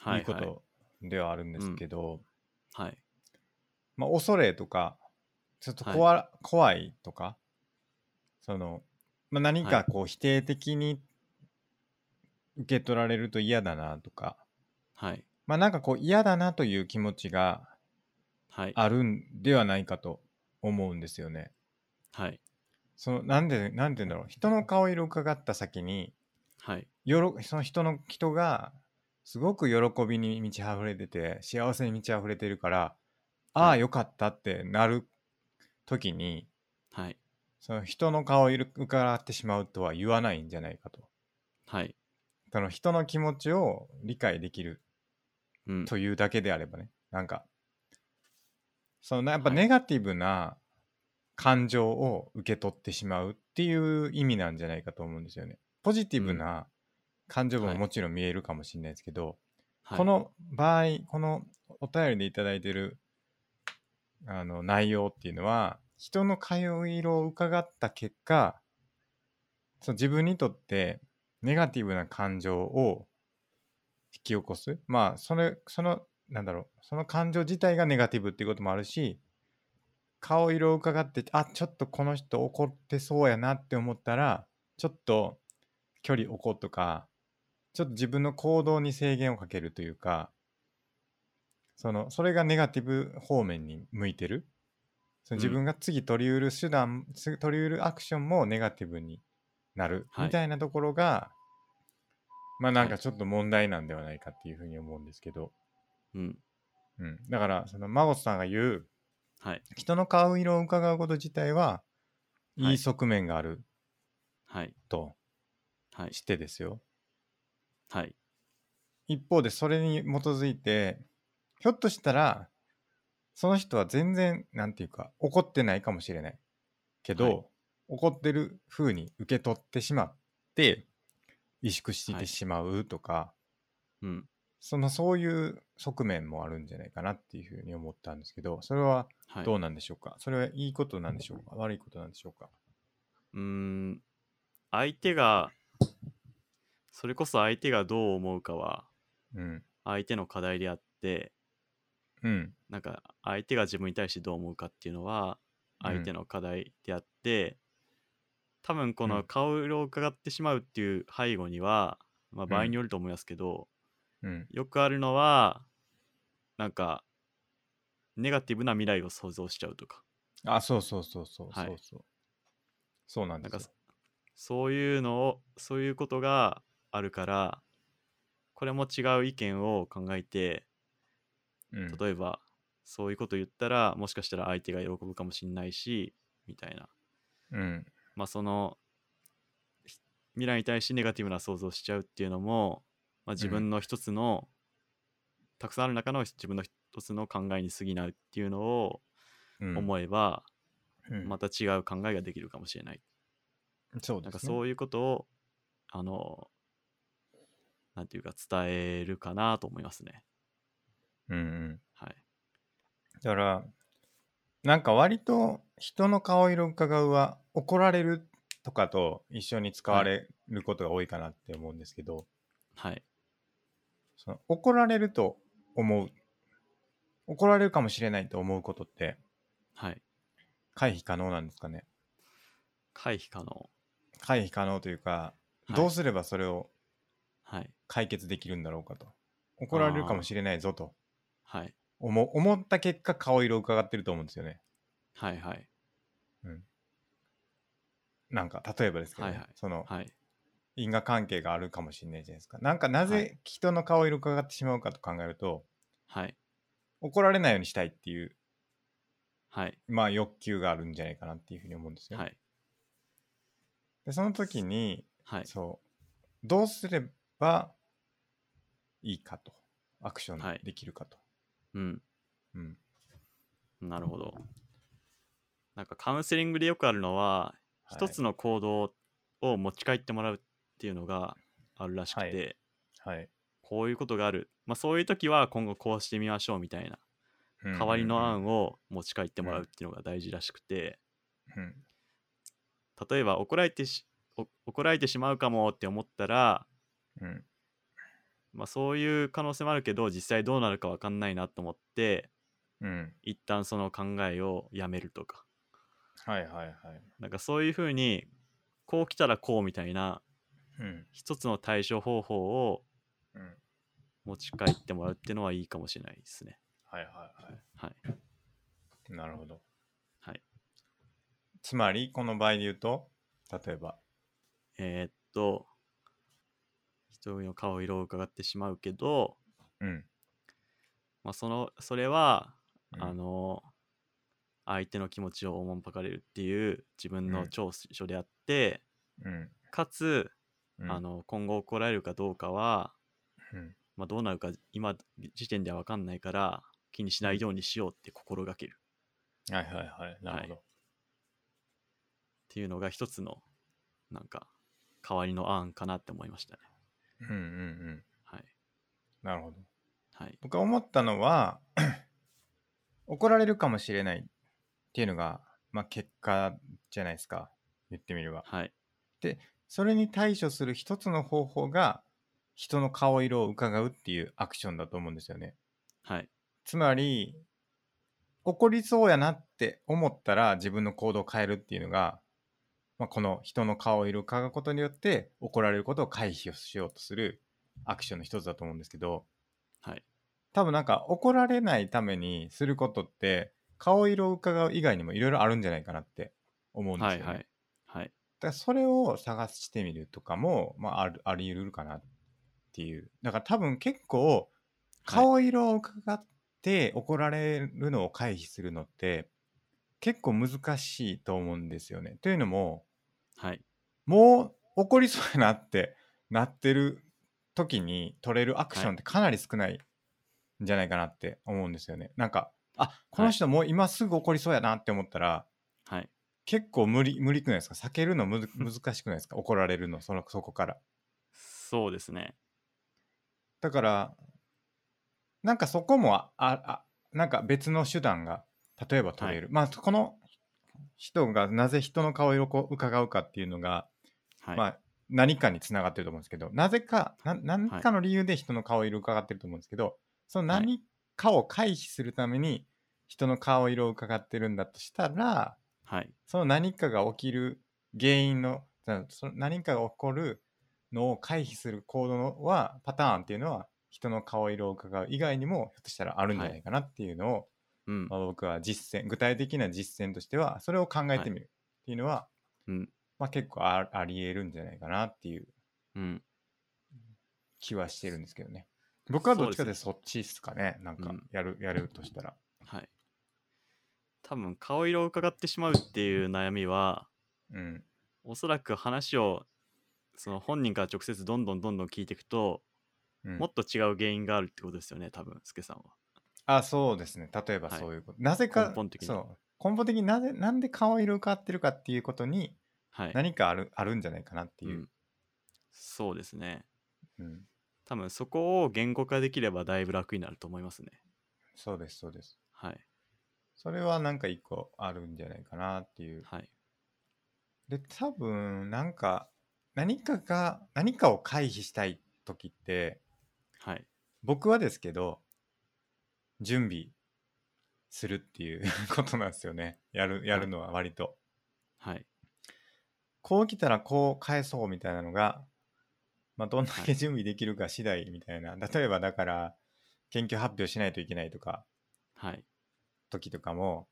Speaker 2: はい
Speaker 1: いうことではあるんですけど、
Speaker 2: はい
Speaker 1: まあ、恐れとか、ちょっと怖,、怖いとか、その、まあ、何
Speaker 2: は
Speaker 1: か
Speaker 2: い
Speaker 1: こう否定的に受け取られると嫌だなとか、
Speaker 2: はい
Speaker 1: まあなんかこう嫌だなという気持ちが
Speaker 2: はい
Speaker 1: あるんではないかと思うんですよね。
Speaker 2: はい
Speaker 1: そのなんで、なんて言うんだろう、人の顔色を伺った先に、
Speaker 2: はい
Speaker 1: よろその人の人がすごく喜びに満ち溢れてて、幸せに満ち溢れてるから、あ
Speaker 2: は
Speaker 1: あ、
Speaker 2: い
Speaker 1: よかったってなる時に、
Speaker 2: はい
Speaker 1: その人の顔色を伺ってしまうとは言わないんじゃないかと。
Speaker 2: はい
Speaker 1: その人の気持ちを理解できる
Speaker 2: うん
Speaker 1: というだけであればね、なんか、そのやっぱ
Speaker 2: はい
Speaker 1: ネガティブな感情を受け取ってしまうっていう意味なんじゃないかと思うんですよね。ポジティブな感情も
Speaker 2: はい
Speaker 1: もちろん見えるかもしれないですけど、
Speaker 2: はい
Speaker 1: この場合、このお便りでいただいてるあの内容っていうのは、人の顔色を伺った結果、その自分にとってネガティブな感情を引き起こす。まあ、それ、その、なんだろう、その感情自体がネガティブっていうこともあるし、顔色を伺って、あ、ちょっとこの人怒ってそうやなって思ったら、ちょっと距離置こうとか、ちょっと自分の行動に制限をかけるというか、その、それがネガティブ方面に向いてる。その
Speaker 2: うん
Speaker 1: 自分が次取り得る手段、つ取り得るアクションもネガティブになる、
Speaker 2: はい
Speaker 1: みたいなところが、まあなん
Speaker 2: は
Speaker 1: か
Speaker 2: い
Speaker 1: ちょっと問題なんではないかっていうふうに思うんですけど、
Speaker 2: うん
Speaker 1: うん。だから、その、孫さんが言う、
Speaker 2: はい
Speaker 1: 人の顔色を伺うこと自体は、
Speaker 2: はい
Speaker 1: いい側面がある
Speaker 2: はい
Speaker 1: と
Speaker 2: はい
Speaker 1: してですよ。
Speaker 2: はい
Speaker 1: 一方でそれに基づいてひょっとしたらその人は全然なんていうか怒ってないかもしれないけど、
Speaker 2: はい
Speaker 1: 怒ってる風に受け取ってしまって萎縮し
Speaker 2: は
Speaker 1: て
Speaker 2: い
Speaker 1: しまうとか、
Speaker 2: うん
Speaker 1: そのそういう側面もあるんじゃないかなっていうふうに思ったんですけどそれは
Speaker 2: はい
Speaker 1: どうなんでしょうか、それはいいことなんでしょうか悪いことなんでしょうか
Speaker 2: うーん相手がそれこそ相手がどう思うかは
Speaker 1: うん
Speaker 2: 相手の課題であって
Speaker 1: うん
Speaker 2: なんか相手が自分に対してどう思うかっていうのは相手の課題であって、多分こ
Speaker 1: う
Speaker 2: の
Speaker 1: ん
Speaker 2: 顔色を伺ってしまうっていう背後には、まあ、場合によると思いますけど、
Speaker 1: うん
Speaker 2: よくあるのはなんかネガティブな未来を想像しちゃうとか
Speaker 1: あそうそうそうそうそ
Speaker 2: はいう
Speaker 1: そう、そうなん
Speaker 2: な
Speaker 1: で
Speaker 2: ん
Speaker 1: すよ
Speaker 2: かそそういうのをそういうことがあるからこれも違う意見を考えて
Speaker 1: うん、
Speaker 2: 例えばそういうこと言ったらもしかしたら相手が喜ぶかもしれないしみたいな
Speaker 1: うん、
Speaker 2: まあそのひ未来に対してネガティブな想像しちゃうっていうのも、まあ、自分の一つの、たくさんある中の自分の一つの考えに過ぎないっていうのを
Speaker 1: うん、
Speaker 2: 思えば、
Speaker 1: うん、
Speaker 2: また違う考えができるかもしれない、
Speaker 1: そう
Speaker 2: な
Speaker 1: で
Speaker 2: んか
Speaker 1: すね。
Speaker 2: そういうことをあのなんていうか伝えるかなと思いますね
Speaker 1: うんうん、
Speaker 2: はい
Speaker 1: だから、なんか割と人の顔色を伺うは怒られるとかと一緒に使われることが多いかなって思うんですけど、
Speaker 2: はい
Speaker 1: その怒られると思う怒られるかもしれないと思うことって
Speaker 2: はい
Speaker 1: 回避可能なんですかね
Speaker 2: 回避可能
Speaker 1: 回避可能というか、
Speaker 2: はい
Speaker 1: どうすればそれを
Speaker 2: はい
Speaker 1: 解決できるんだろうかと怒られるかもしれないぞと
Speaker 2: はい
Speaker 1: 思う思った結果顔色を伺ってると思うんですよね
Speaker 2: はいはい
Speaker 1: なんか例えばですけどね、
Speaker 2: はいはい
Speaker 1: その
Speaker 2: はい
Speaker 1: 因果関係があるかもしれないじゃないですかなんかなぜ人の顔色を伺ってしまうかと考えると
Speaker 2: はい
Speaker 1: 怒られないようにしたいっていう
Speaker 2: はい
Speaker 1: まあ欲求があるんじゃないかなっていうふうに思うんですよ、
Speaker 2: はい
Speaker 1: でその時に
Speaker 2: はい
Speaker 1: そう。どうすればいいかと。アクショ
Speaker 2: はい
Speaker 1: ンできるかと。
Speaker 2: うん
Speaker 1: うん。
Speaker 2: なるほど。なんかカウンセリングでよくあるのは、
Speaker 1: はい
Speaker 2: 一つの行動を持ち帰ってもらうっていうのがあるらしくて、
Speaker 1: はいはい。
Speaker 2: こういうことがある、まあ、そういう時は今後こうしてみましょうみたいな、代わりの
Speaker 1: を。
Speaker 2: 案を持ち帰ってもらうっていうのが大事らしくて、
Speaker 1: うん。
Speaker 2: 例えば怒られてしお怒られてしまうかもって思ったら、
Speaker 1: うん。
Speaker 2: まあ、そういう可能性もあるけど実際どうなるか分かんないなと思って
Speaker 1: うん。
Speaker 2: 一旦その考えをやめるとか
Speaker 1: はいはいはい。
Speaker 2: なんかそういうふうにこう来たらこうみたいな
Speaker 1: うん。
Speaker 2: 一つの対処方法を
Speaker 1: うん。
Speaker 2: 持ち帰ってもらうっていうのはいいかもしれないですね。
Speaker 1: はいはいは
Speaker 2: はい。
Speaker 1: い。なるほど。
Speaker 2: はい。
Speaker 1: つまり、この場合で言うと、例えば。
Speaker 2: えーっと、人の顔色を伺ってしまうけど、
Speaker 1: うん。
Speaker 2: まあ、その、それは、
Speaker 1: うん
Speaker 2: あの、相手の気持ちをおもんぱかれるっていう自分
Speaker 1: う
Speaker 2: の
Speaker 1: ん
Speaker 2: 長所であって、
Speaker 1: うん。
Speaker 2: かつ、
Speaker 1: うん
Speaker 2: あ。の、今後怒られるかどうかは、
Speaker 1: うん。
Speaker 2: まあ、どうなるか今時点では分かんないから、気にしないようにしようって心がける。
Speaker 1: はいはいはい。なるほど。
Speaker 2: っていうのが一つのなんか代わりの案かなって思いましたね
Speaker 1: うんうんうん。
Speaker 2: はい
Speaker 1: なるほど。
Speaker 2: はい
Speaker 1: 僕が思ったのは 怒られるかもしれないっていうのが、まあ、結果じゃないですか言ってみれば
Speaker 2: はい
Speaker 1: それに対処する一つの方法が人の顔色を伺うっていうアクションだと思うんですよね
Speaker 2: はい
Speaker 1: つまり怒りそうやなって思ったら自分の行動を変えるっていうのが、まあ、この人の顔色を伺うことによって怒られることを回避をしようとするアクションの一つだと思うんですけど、
Speaker 2: はい
Speaker 1: 多分なんか怒られないためにすることって顔色を伺う以外にもいろいろあるんじゃないかなって思うんです
Speaker 2: は
Speaker 1: よ
Speaker 2: い
Speaker 1: ね。
Speaker 2: はいはい
Speaker 1: だからそれを探してみるとかも、まあ、あるあり得るかなっていう。だから多分結構顔色を伺って怒られるのを回避するのって結構難しいと思うんですよね。というのも
Speaker 2: はい
Speaker 1: もう怒りそうやなってなってる時に取れるアクションってかなり少ないんじゃないかなって思うんですよね。なんか、あこの人もう今すぐ怒りそうやなって思ったら、
Speaker 2: はい
Speaker 1: 結構無理、無理くないですか避けるのむず難しくないですか怒られるの、その、そこから。
Speaker 2: そうですね
Speaker 1: だから、なんかそこもあ、あ、あなんか別の手段が、例えば取れる。まあ、この人がなぜ人の顔色をこう伺うかっていうのが、
Speaker 2: はい、
Speaker 1: まあ、何かにつながってると思うんですけど、なぜか、な何かの理由で人の顔色を伺ってると思うんですけど、その何かを回避するために人の顔色を伺ってるんだとしたら、
Speaker 2: はい
Speaker 1: その何かが起きる原因の、なその何かが起こるのを回避する行動のは、パターンっていうのは、人の顔色を伺う以外にも、ひょっとしたらあるんじゃないかなっていうのを、
Speaker 2: うん
Speaker 1: まあ、僕は実践、具体的な実践としては、それを考えてみるっていうのは、
Speaker 2: うん
Speaker 1: まあ結構ああり得るんじゃないかなっていう
Speaker 2: うん
Speaker 1: 気はしてるんですけどね。僕はどっちかでそっちっすかね。なんか
Speaker 2: うん、
Speaker 1: やる、やるとしたら。
Speaker 2: はい。多分顔色を伺ってしまうっていう悩みは、
Speaker 1: うん。
Speaker 2: おそらく話をその本人から直接どんどんどんどん聞いていくと、
Speaker 1: うん
Speaker 2: もっと違う原因があるってことですよね、多分スケさんは。
Speaker 1: あ、そうですね。例えば
Speaker 2: はい
Speaker 1: そういうこと。なぜか、
Speaker 2: 根本的に
Speaker 1: そう。根本的になぜ、なんで顔色を変わってるかっていうことに、
Speaker 2: はい。
Speaker 1: 何かある、あるんじゃないかなって
Speaker 2: う
Speaker 1: いう。
Speaker 2: ん、そうですね。
Speaker 1: うん。
Speaker 2: 多分そこを言語化できればだいぶ楽になると思いますね。
Speaker 1: そうです、そうです。
Speaker 2: はい。
Speaker 1: それはなんか一個あるんじゃないかなっていう。
Speaker 2: はい。
Speaker 1: で、多分、なんか、何かが、何かを回避したい時って、
Speaker 2: はい。
Speaker 1: 僕はですけど、準備するっていう ことなんですよね。やる、やるのは割と。
Speaker 2: はい。
Speaker 1: こう来たらこう返そうみたいなのが、まあ、どんだけ準備できるか次第みたいな。例えばだから、研究発表しないといけないとか、
Speaker 2: はい。
Speaker 1: 時とかも、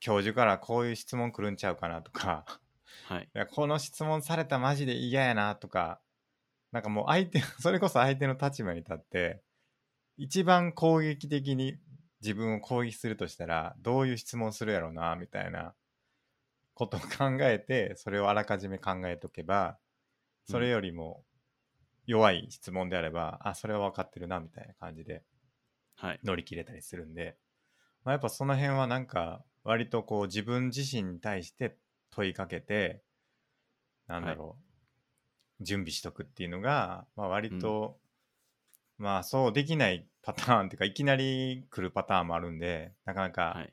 Speaker 1: 教授からこういう質問来るんちゃうかなとか、
Speaker 2: はい。
Speaker 1: いやこの質問されたマジで嫌やなとか、なんかもう相手、 それこそ相手の立場に立って、一番攻撃的に自分を攻撃するとしたら、どういう質問するやろうな、みたいなことを考えて、それをあらかじめ考えとけば、それよりも弱い質問であれば、あ、それは分かってるな、みたいな感じで
Speaker 2: はい。
Speaker 1: 乗り切れたりするんで、まあ、やっぱその辺はなんか割とこう自分自身に対して問いかけてなんだろう、準備しとくっていうのが、まあ、割と、まあそうできないパターンっていうかいきなり来るパターンもあるんでなかな
Speaker 2: は
Speaker 1: か
Speaker 2: い。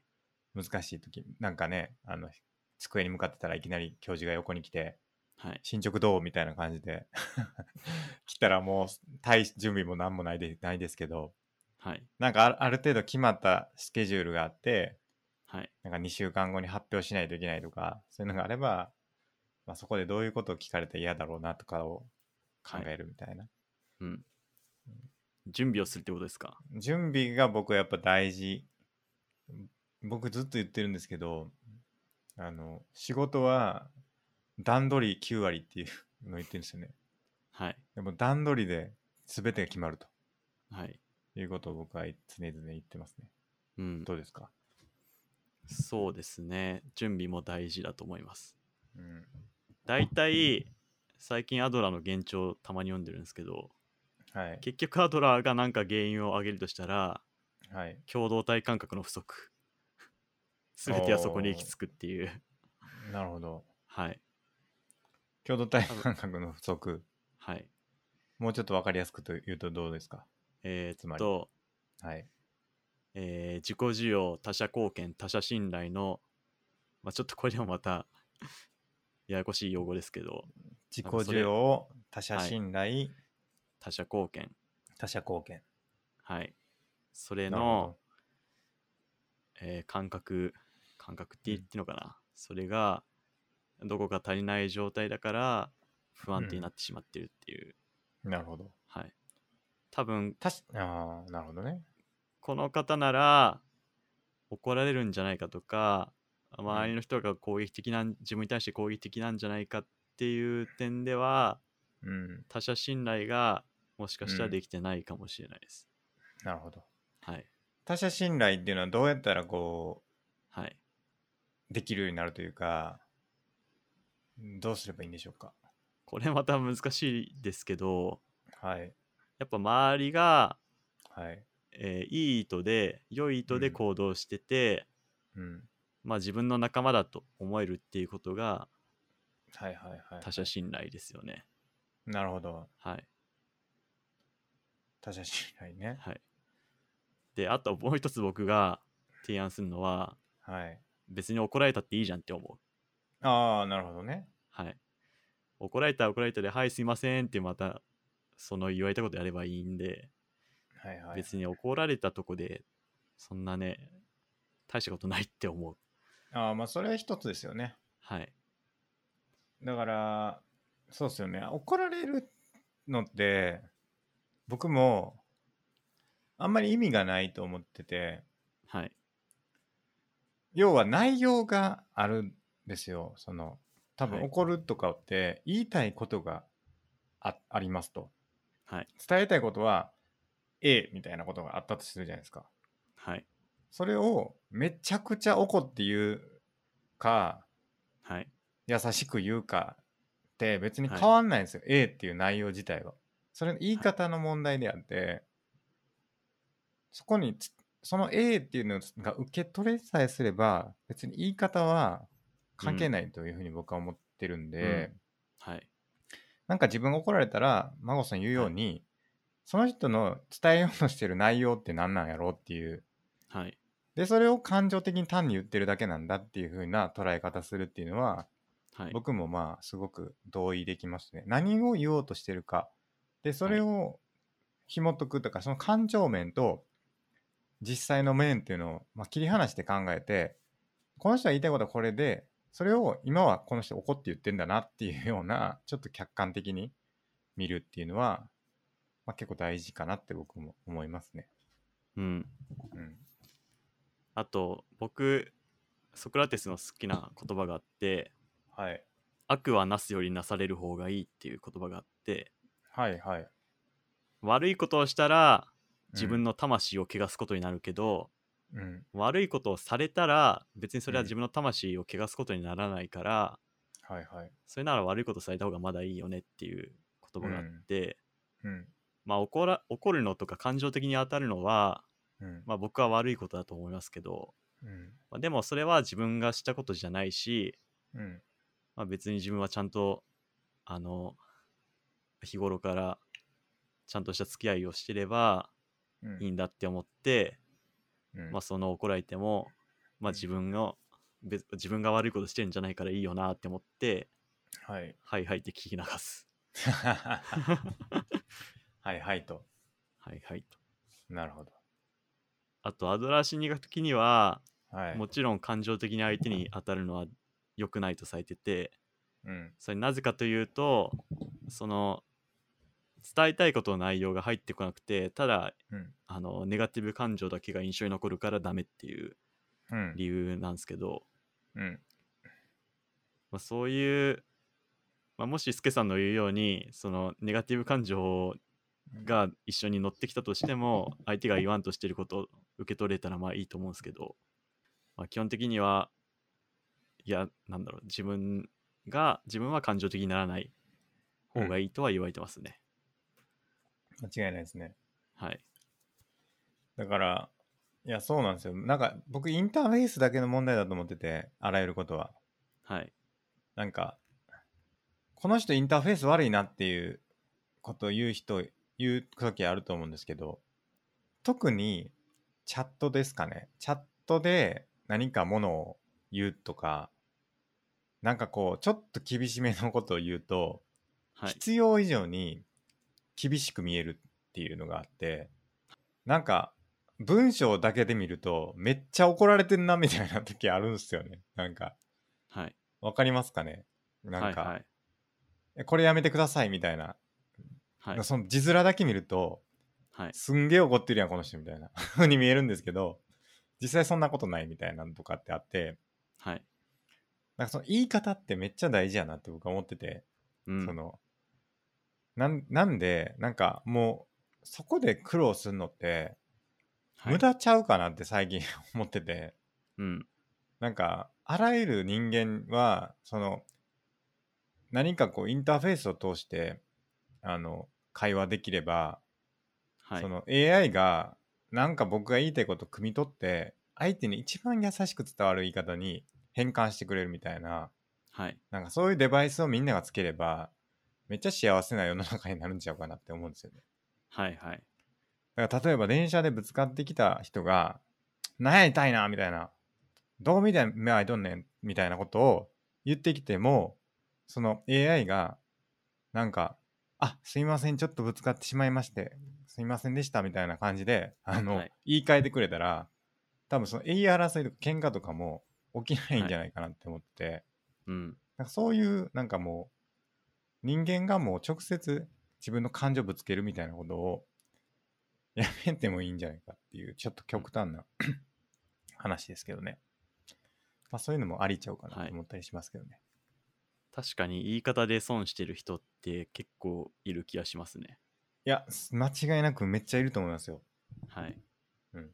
Speaker 1: 難しい時、なんかねあの机に向かってたらいきなり教授が横に来て
Speaker 2: はい。
Speaker 1: 進捗どうみたいな感じで 来たらもう対準備も何もないでないですけど
Speaker 2: はい。
Speaker 1: なんかあるある程度決まったスケジュールがあって、
Speaker 2: はい。
Speaker 1: なんか2週間後に発表しないといけないとか、そういうのがあれば、まあ、そこでどういうことを聞かれたら嫌だろうなとかを考えるみたいな。
Speaker 2: うん。準備をするってことですか
Speaker 1: 準備が僕はやっぱ大事。僕ずっと言ってるんですけど、あの、仕事は段取り9割っていうのを言ってるんですよね。
Speaker 2: はい。
Speaker 1: でも段取りで全てが決まると
Speaker 2: はい。
Speaker 1: いうことを僕は常々言ってますね。
Speaker 2: うん。
Speaker 1: どうですか
Speaker 2: そうですね。準備も大事だと思います。
Speaker 1: うん。
Speaker 2: 大体、最近アドラーの現状をたまに読んでるんですけど、
Speaker 1: はい。
Speaker 2: 結局アドラーが何か原因を挙げるとしたら、
Speaker 1: はい。
Speaker 2: 共同体感覚の不足。すべてはそこに行き着くっていう。
Speaker 1: なるほど。
Speaker 2: はい。
Speaker 1: 共同体感覚の不足、
Speaker 2: はい。
Speaker 1: もうちょっとわかりやすくと言うとどうですか
Speaker 2: え
Speaker 1: つ
Speaker 2: ー、
Speaker 1: ま
Speaker 2: っ
Speaker 1: り
Speaker 2: と、
Speaker 1: はい。
Speaker 2: えー自己需要、他者貢献、他者信頼の、まあ、ちょっとこれもまた ややこしい用語ですけど、
Speaker 1: 自己
Speaker 2: なんかそれ
Speaker 1: 需要、他者信頼、
Speaker 2: 他者貢献、
Speaker 1: 他者貢献。
Speaker 2: はい。それ
Speaker 1: なるほ
Speaker 2: の、えー感覚、感覚って言っていいのかな、それが、どこか足りない状態だから、不安定になってしまってるっていう、
Speaker 1: ど。なるほど。
Speaker 2: はい。多分、
Speaker 1: たしああ、なるほどね。
Speaker 2: この方なら怒られるんじゃないかとか周りの人が攻撃的なん自分に対して攻撃的なんじゃないかっていう点では
Speaker 1: うん。
Speaker 2: 他者信頼がもしかし
Speaker 1: う
Speaker 2: たら
Speaker 1: ん
Speaker 2: できてないかもしれないです、
Speaker 1: なるほど。
Speaker 2: はい
Speaker 1: 他者信頼っていうのはどうやったらこ、
Speaker 2: はいう
Speaker 1: できるようになるというか、どうすればいいんでしょうか。
Speaker 2: これまた難しいですけど
Speaker 1: はい。
Speaker 2: やっぱ周りが、
Speaker 1: はい。
Speaker 2: えーいい意図で良い意図で
Speaker 1: うん
Speaker 2: 行動してて、
Speaker 1: うん。
Speaker 2: まあ自分の仲間だと思えるっていうことが
Speaker 1: はいはいはいはい。
Speaker 2: 他者信頼ですよね
Speaker 1: なるほど。
Speaker 2: はい
Speaker 1: 他者信頼ね。
Speaker 2: はいであともう一つ僕が提案するのは
Speaker 1: はい。
Speaker 2: 別に怒られたっていいじゃんって思う。
Speaker 1: ああ、なるほどね。
Speaker 2: はい。怒られたら怒られたで、はい、すいませんってまた、その言われたことやればいいんで、
Speaker 1: はいはい。
Speaker 2: 別に怒られたとこで、そんなね、大したことないって思う。
Speaker 1: ああ、まあそれは一つですよね。
Speaker 2: はい。
Speaker 1: だから、そうですよね。怒られるのって、僕も、あんまり意味がないと思ってて、
Speaker 2: はい。
Speaker 1: 要は内容があるんですよ。その、多分
Speaker 2: はい
Speaker 1: 怒るとかって、言いたいことがあありますと。
Speaker 2: はい。
Speaker 1: 伝えたいことは、 A みたいなことがあったとするじゃないですか。
Speaker 2: はい。
Speaker 1: それをめちゃくちゃ怒って言うか、
Speaker 2: はい。
Speaker 1: 優しく言うかって別に変わんないんですよ、A っていう内容自体は。それの言い方の問題であって、そこにつその A っていうのが受け取れさえすれば別に言い方は関係ないというふうに僕は思ってるんで、
Speaker 2: うんはい。
Speaker 1: なんか自分が怒られたら孫さん言うように、その人の伝えようとしてる内容って何なんやろうっていう
Speaker 2: はい。
Speaker 1: でそれを感情的に単に言ってるだけなんだっていうふうな捉え方するっていうのは
Speaker 2: はい。
Speaker 1: 僕もまあすごく同意できますね。何を言おうとしてるか。で、それを紐解くとか、その感情面と実際の面っていうのを、まあ、切り離して考えて、この人は言いたいことはこれで、それを今はこの人怒って言ってんだなっていうような、ちょっと客観的に見るっていうのは、まあ、結構大事かなって僕も思いますね。
Speaker 2: うん。
Speaker 1: うん。
Speaker 2: あと、僕、ソクラテスの好きな言葉があって、
Speaker 1: はい。
Speaker 2: 悪はなすよりなされる方がいいっていう言葉があって、
Speaker 1: はいはい。
Speaker 2: 悪いことをしたら自分の魂を汚すことになるけど、
Speaker 1: うん、うん。
Speaker 2: 悪いことをされたら別にそれは
Speaker 1: うん
Speaker 2: 自分の魂を汚すことにならないから、
Speaker 1: はいはい。
Speaker 2: それなら悪いことされた方がまだいいよねっていう言葉があって、
Speaker 1: うん。
Speaker 2: まあ怒ら怒るのとか感情的に当たるのは、
Speaker 1: うん。
Speaker 2: まあ、僕は悪いことだと思いますけど、
Speaker 1: うん。
Speaker 2: まあ、でもそれは自分がしたことじゃないし、
Speaker 1: うん。
Speaker 2: まあ、別に自分はちゃんとあの日頃からちゃんとした付き合いをしてれば
Speaker 1: うん。
Speaker 2: いいんだって思って、
Speaker 1: うん
Speaker 2: まあ、その怒られても、まあ、
Speaker 1: うん
Speaker 2: 自分の別自分が悪いことしてんじゃないからいいよなって思って
Speaker 1: はい。
Speaker 2: はいはいって聞き流す
Speaker 1: はいはいと。
Speaker 2: はいはいと
Speaker 1: なるほど。
Speaker 2: あとアドラー心理学的には
Speaker 1: はい。
Speaker 2: もちろん感情的に相手に当たるのは良くないとされてて
Speaker 1: うん。
Speaker 2: それなぜかというとその伝えたいことの内容が入ってこなくてただ
Speaker 1: うん。
Speaker 2: あのネガティブ感情だけが印象に残るからダメっていう
Speaker 1: うん。
Speaker 2: 理由なんですけど、
Speaker 1: うん。
Speaker 2: まあ、そういう、まあ、もしスケさんの言うようにそのネガティブ感情が一緒に乗ってきたとしても相手が言わんとしてることを受け取れたらまあいいと思うんですけど、まあ、基本的にはいやなんだろう自分が自分は感情的にならない方がいいとは言われてますね、
Speaker 1: 間違いないですね。
Speaker 2: はい
Speaker 1: だから、いや、そうなんですよ。なんか、僕、インターフェースだけの問題だと思ってて、あらゆることは。
Speaker 2: はい
Speaker 1: なんか、この人インターフェース悪いなっていうことを言う人、言う時あると思うんですけど、特にチャットですかね。チャットで何かものを言うとか、なんかこう、ちょっと厳しめのことを言うと、
Speaker 2: はい
Speaker 1: 必要以上に厳しく見えるっていうのがあってなんか文章だけで見るとめっちゃ怒られてんなみたいな時あるんですよねなんか
Speaker 2: はい
Speaker 1: わかりますかねなんか、
Speaker 2: はいはい
Speaker 1: えこれやめてくださいみたいな、
Speaker 2: はい
Speaker 1: その字面だけ見ると
Speaker 2: はい
Speaker 1: すんげえ怒ってるやんこの人みたいな 風に見えるんですけど実際そんなことないみたいなのとかってあって
Speaker 2: はい
Speaker 1: なんかその言い方ってめっちゃ大事やなって僕は思ってて
Speaker 2: うん
Speaker 1: そのなんなんでなんかもうそこで苦労するのって
Speaker 2: はい
Speaker 1: 無駄ちゃうかなって最近 思ってて、
Speaker 2: うん
Speaker 1: なんかあらゆる人間はその何かこうインターフェースを通してあの会話できれば、
Speaker 2: はい
Speaker 1: その AI がなんか僕が言いたいことを汲み取って相手に一番優しく伝わる言い方に変換してくれるみたいな
Speaker 2: はい
Speaker 1: なんかそういうデバイスをみんながつければ、めっちゃ幸せな世の中になるんちゃうかなって思うんですよね。
Speaker 2: はいはい
Speaker 1: だから例えば電車でぶつかってきた人が、なんや痛いな、みたいな。どう見て目開いとんねん、みたいなことを言ってきても、その AI が、なんか、あ、すいません、ちょっとぶつかってしまいまして、すいませんでした、みたいな感じで、あの、
Speaker 2: はい
Speaker 1: 言い換えてくれたら、多分その言い争いとか喧嘩とかも起きないんじゃないかなって思ってて、
Speaker 2: うん
Speaker 1: なんかそういうなんかもう人間がもう直接自分の感情ぶつけるみたいなことをやめてもいいんじゃないかっていうちょっと極端 な話ですけどね。まあそういうのもありちゃうかな
Speaker 2: はい
Speaker 1: と思ったりしますけどね。
Speaker 2: 確かに言い方で損してる人って結構いる気がしますね
Speaker 1: いや、間違いなくめっちゃいると思いますよ。
Speaker 2: はい。
Speaker 1: うん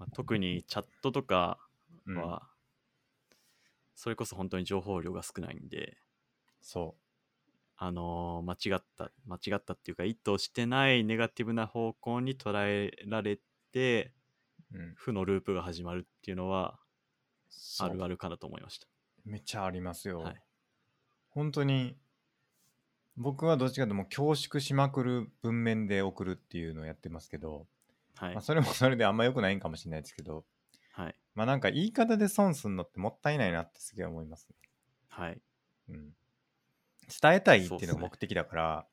Speaker 2: まあ、特にチャットとか
Speaker 1: うん、
Speaker 2: は、それこそ本当に情報量が少ないんで、
Speaker 1: そ
Speaker 2: あのー間違った、間違ったっていうか、意図してないネガティブな方向に捉えられて、
Speaker 1: う。うん、
Speaker 2: 負のループが始まるっていうのは、
Speaker 1: そ
Speaker 2: あ
Speaker 1: う
Speaker 2: るあるかなと思いまし
Speaker 1: めっちゃあります
Speaker 2: た。
Speaker 1: よ。
Speaker 2: はい。
Speaker 1: 本当に、僕はどっちかというともう恐縮しまくる文面で送るっていうのをやってますけど、
Speaker 2: はい
Speaker 1: まあ、。それもそれであんま良くないんかもしれないですけど、
Speaker 2: はい。
Speaker 1: まあなんか言い方で損すんのってもったいないなってすげえ思いますね。
Speaker 2: はい。
Speaker 1: うん、伝えたいっていう
Speaker 2: そうっ
Speaker 1: の
Speaker 2: す
Speaker 1: が
Speaker 2: ね
Speaker 1: 目的だから、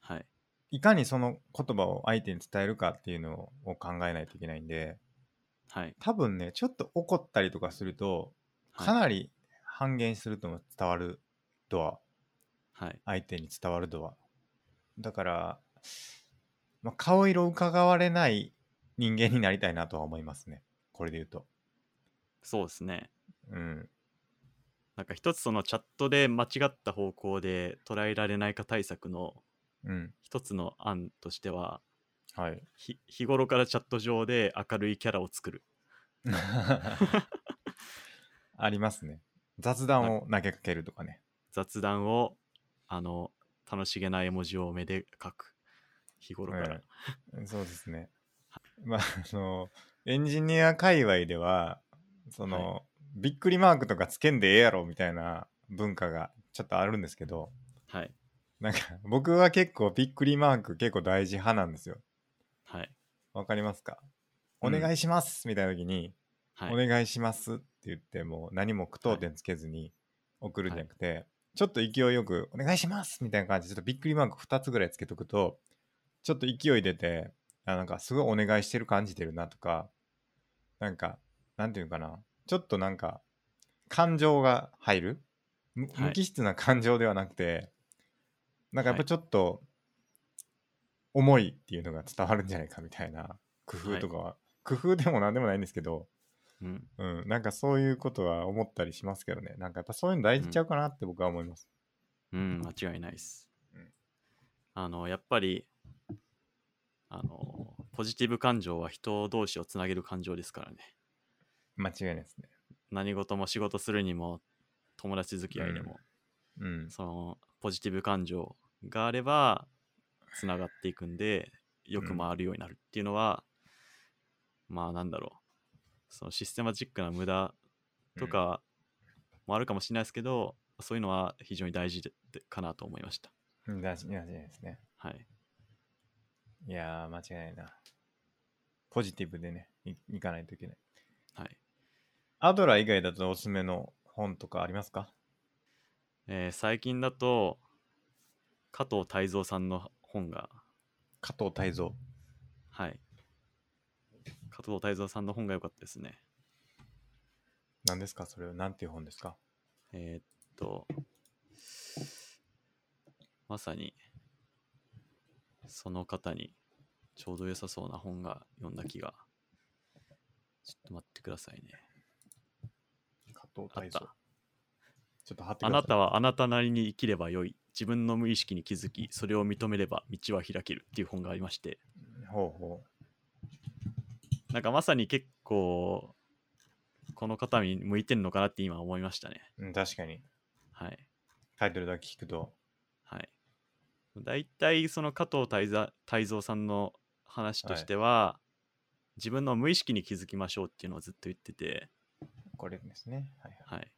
Speaker 2: はい。
Speaker 1: いかにその言葉を相手に伝えるかっていうのを考えないといけないんで、
Speaker 2: はい。
Speaker 1: 多分ね、ちょっと怒ったりとかすると、
Speaker 2: はい
Speaker 1: かなり半減すると思う伝わる度は、
Speaker 2: はい。
Speaker 1: 相手に伝わる度は。だから、まあ、顔色をうかがわれない人間になりたいなとは思いますね。これで言うと。
Speaker 2: そうですね。
Speaker 1: うん。
Speaker 2: なんか一つそのチャットで間違った方向で捉えられないか対策の
Speaker 1: うん。
Speaker 2: 一つの案としては、
Speaker 1: はい。
Speaker 2: ひ日頃からチャット上で明るいキャラを作る。
Speaker 1: ありますね。雑談を投げかけるとかね。
Speaker 2: 雑談を、あの、楽しげな絵文字を目で書く。日頃から。
Speaker 1: うんそうですね。まあ、あの、エンジニア界隈では、その、びっくりマークとかつけんでええやろみたいな文化がちょっとあるんですけど、
Speaker 2: はい。
Speaker 1: なんか僕は結構びっくりマーク結構大事派なんですよ。
Speaker 2: はい。
Speaker 1: わかりますか、
Speaker 2: うん
Speaker 1: お願いしますみたいな時に、
Speaker 2: はい。
Speaker 1: お願いしますって言ってもう何も句読点つけずに送るんじゃなくて、ちょっと勢いよくお願いしますみたいな感じでちょっとびっくりマーク2つぐらいつけとくとちょっと勢い出てあなんかすごいお願いしてる感じてるなとかなんかなんていうのかなちょっとなんか感情が入るむ
Speaker 2: はい
Speaker 1: 無機質な感情ではなくて、なんかやっぱちょっと思いっていうのが伝わるんじゃないかみたいな工夫とかは、工夫でも何でもないんですけど、
Speaker 2: うん。
Speaker 1: うん、なんかそういうことは思ったりしますけどね。なんかやっぱそういうの大事ちゃうかなって僕は思います。
Speaker 2: うん、間違いないです
Speaker 1: うん。
Speaker 2: あの、やっぱり、あの、ポジティブ感情は人同士をつなげる感情ですからね。
Speaker 1: 間違いないですね。
Speaker 2: 何事も仕事するにも、友達付き合いでも、
Speaker 1: うん。
Speaker 2: その、ポジティブ感情があれば、つながっていくんで、よ
Speaker 1: う
Speaker 2: く
Speaker 1: ん
Speaker 2: 回るようになるっていうのは、まあ、なんだろう。そのシステマチックな無駄とかもあるかもしれないですけど、そういうのは非常に大事ででかなと思いました。
Speaker 1: うん。大事、大事ですね。
Speaker 2: はい。
Speaker 1: いやー、間違いないな。ポジティブでね、いいかないといけない。
Speaker 2: はい。
Speaker 1: アドラー以外だとおすすめの本とかありますか
Speaker 2: えー最近だと加藤泰造さんの本が
Speaker 1: 加藤泰造。
Speaker 2: はい加藤泰造さんの本が良かったですね
Speaker 1: 何ですかそれは何ていう本ですか
Speaker 2: えーっとまさにその方にちょうど良さそうな本が読んだ気がちょっと待ってくださいね
Speaker 1: 加藤
Speaker 2: あっ
Speaker 1: 泰造。
Speaker 2: た
Speaker 1: ちょっと貼って
Speaker 2: あ
Speaker 1: ください。
Speaker 2: なたはあなたなりに生きればよい自分の無意識に気づきそれを認めれば道は開けるっていう本がありまして
Speaker 1: ほうほ
Speaker 2: なんかまさに結構この方に向いてるのかなって今思いましたね。
Speaker 1: う。うん、確かに。
Speaker 2: はい。
Speaker 1: タイトルだけ聞くと。
Speaker 2: はい。大体その加藤泰ざ泰造さんの話としては、自分の無意識に気づきましょうっていうのをずっと言ってて、
Speaker 1: これですね。はいはい。
Speaker 2: はい。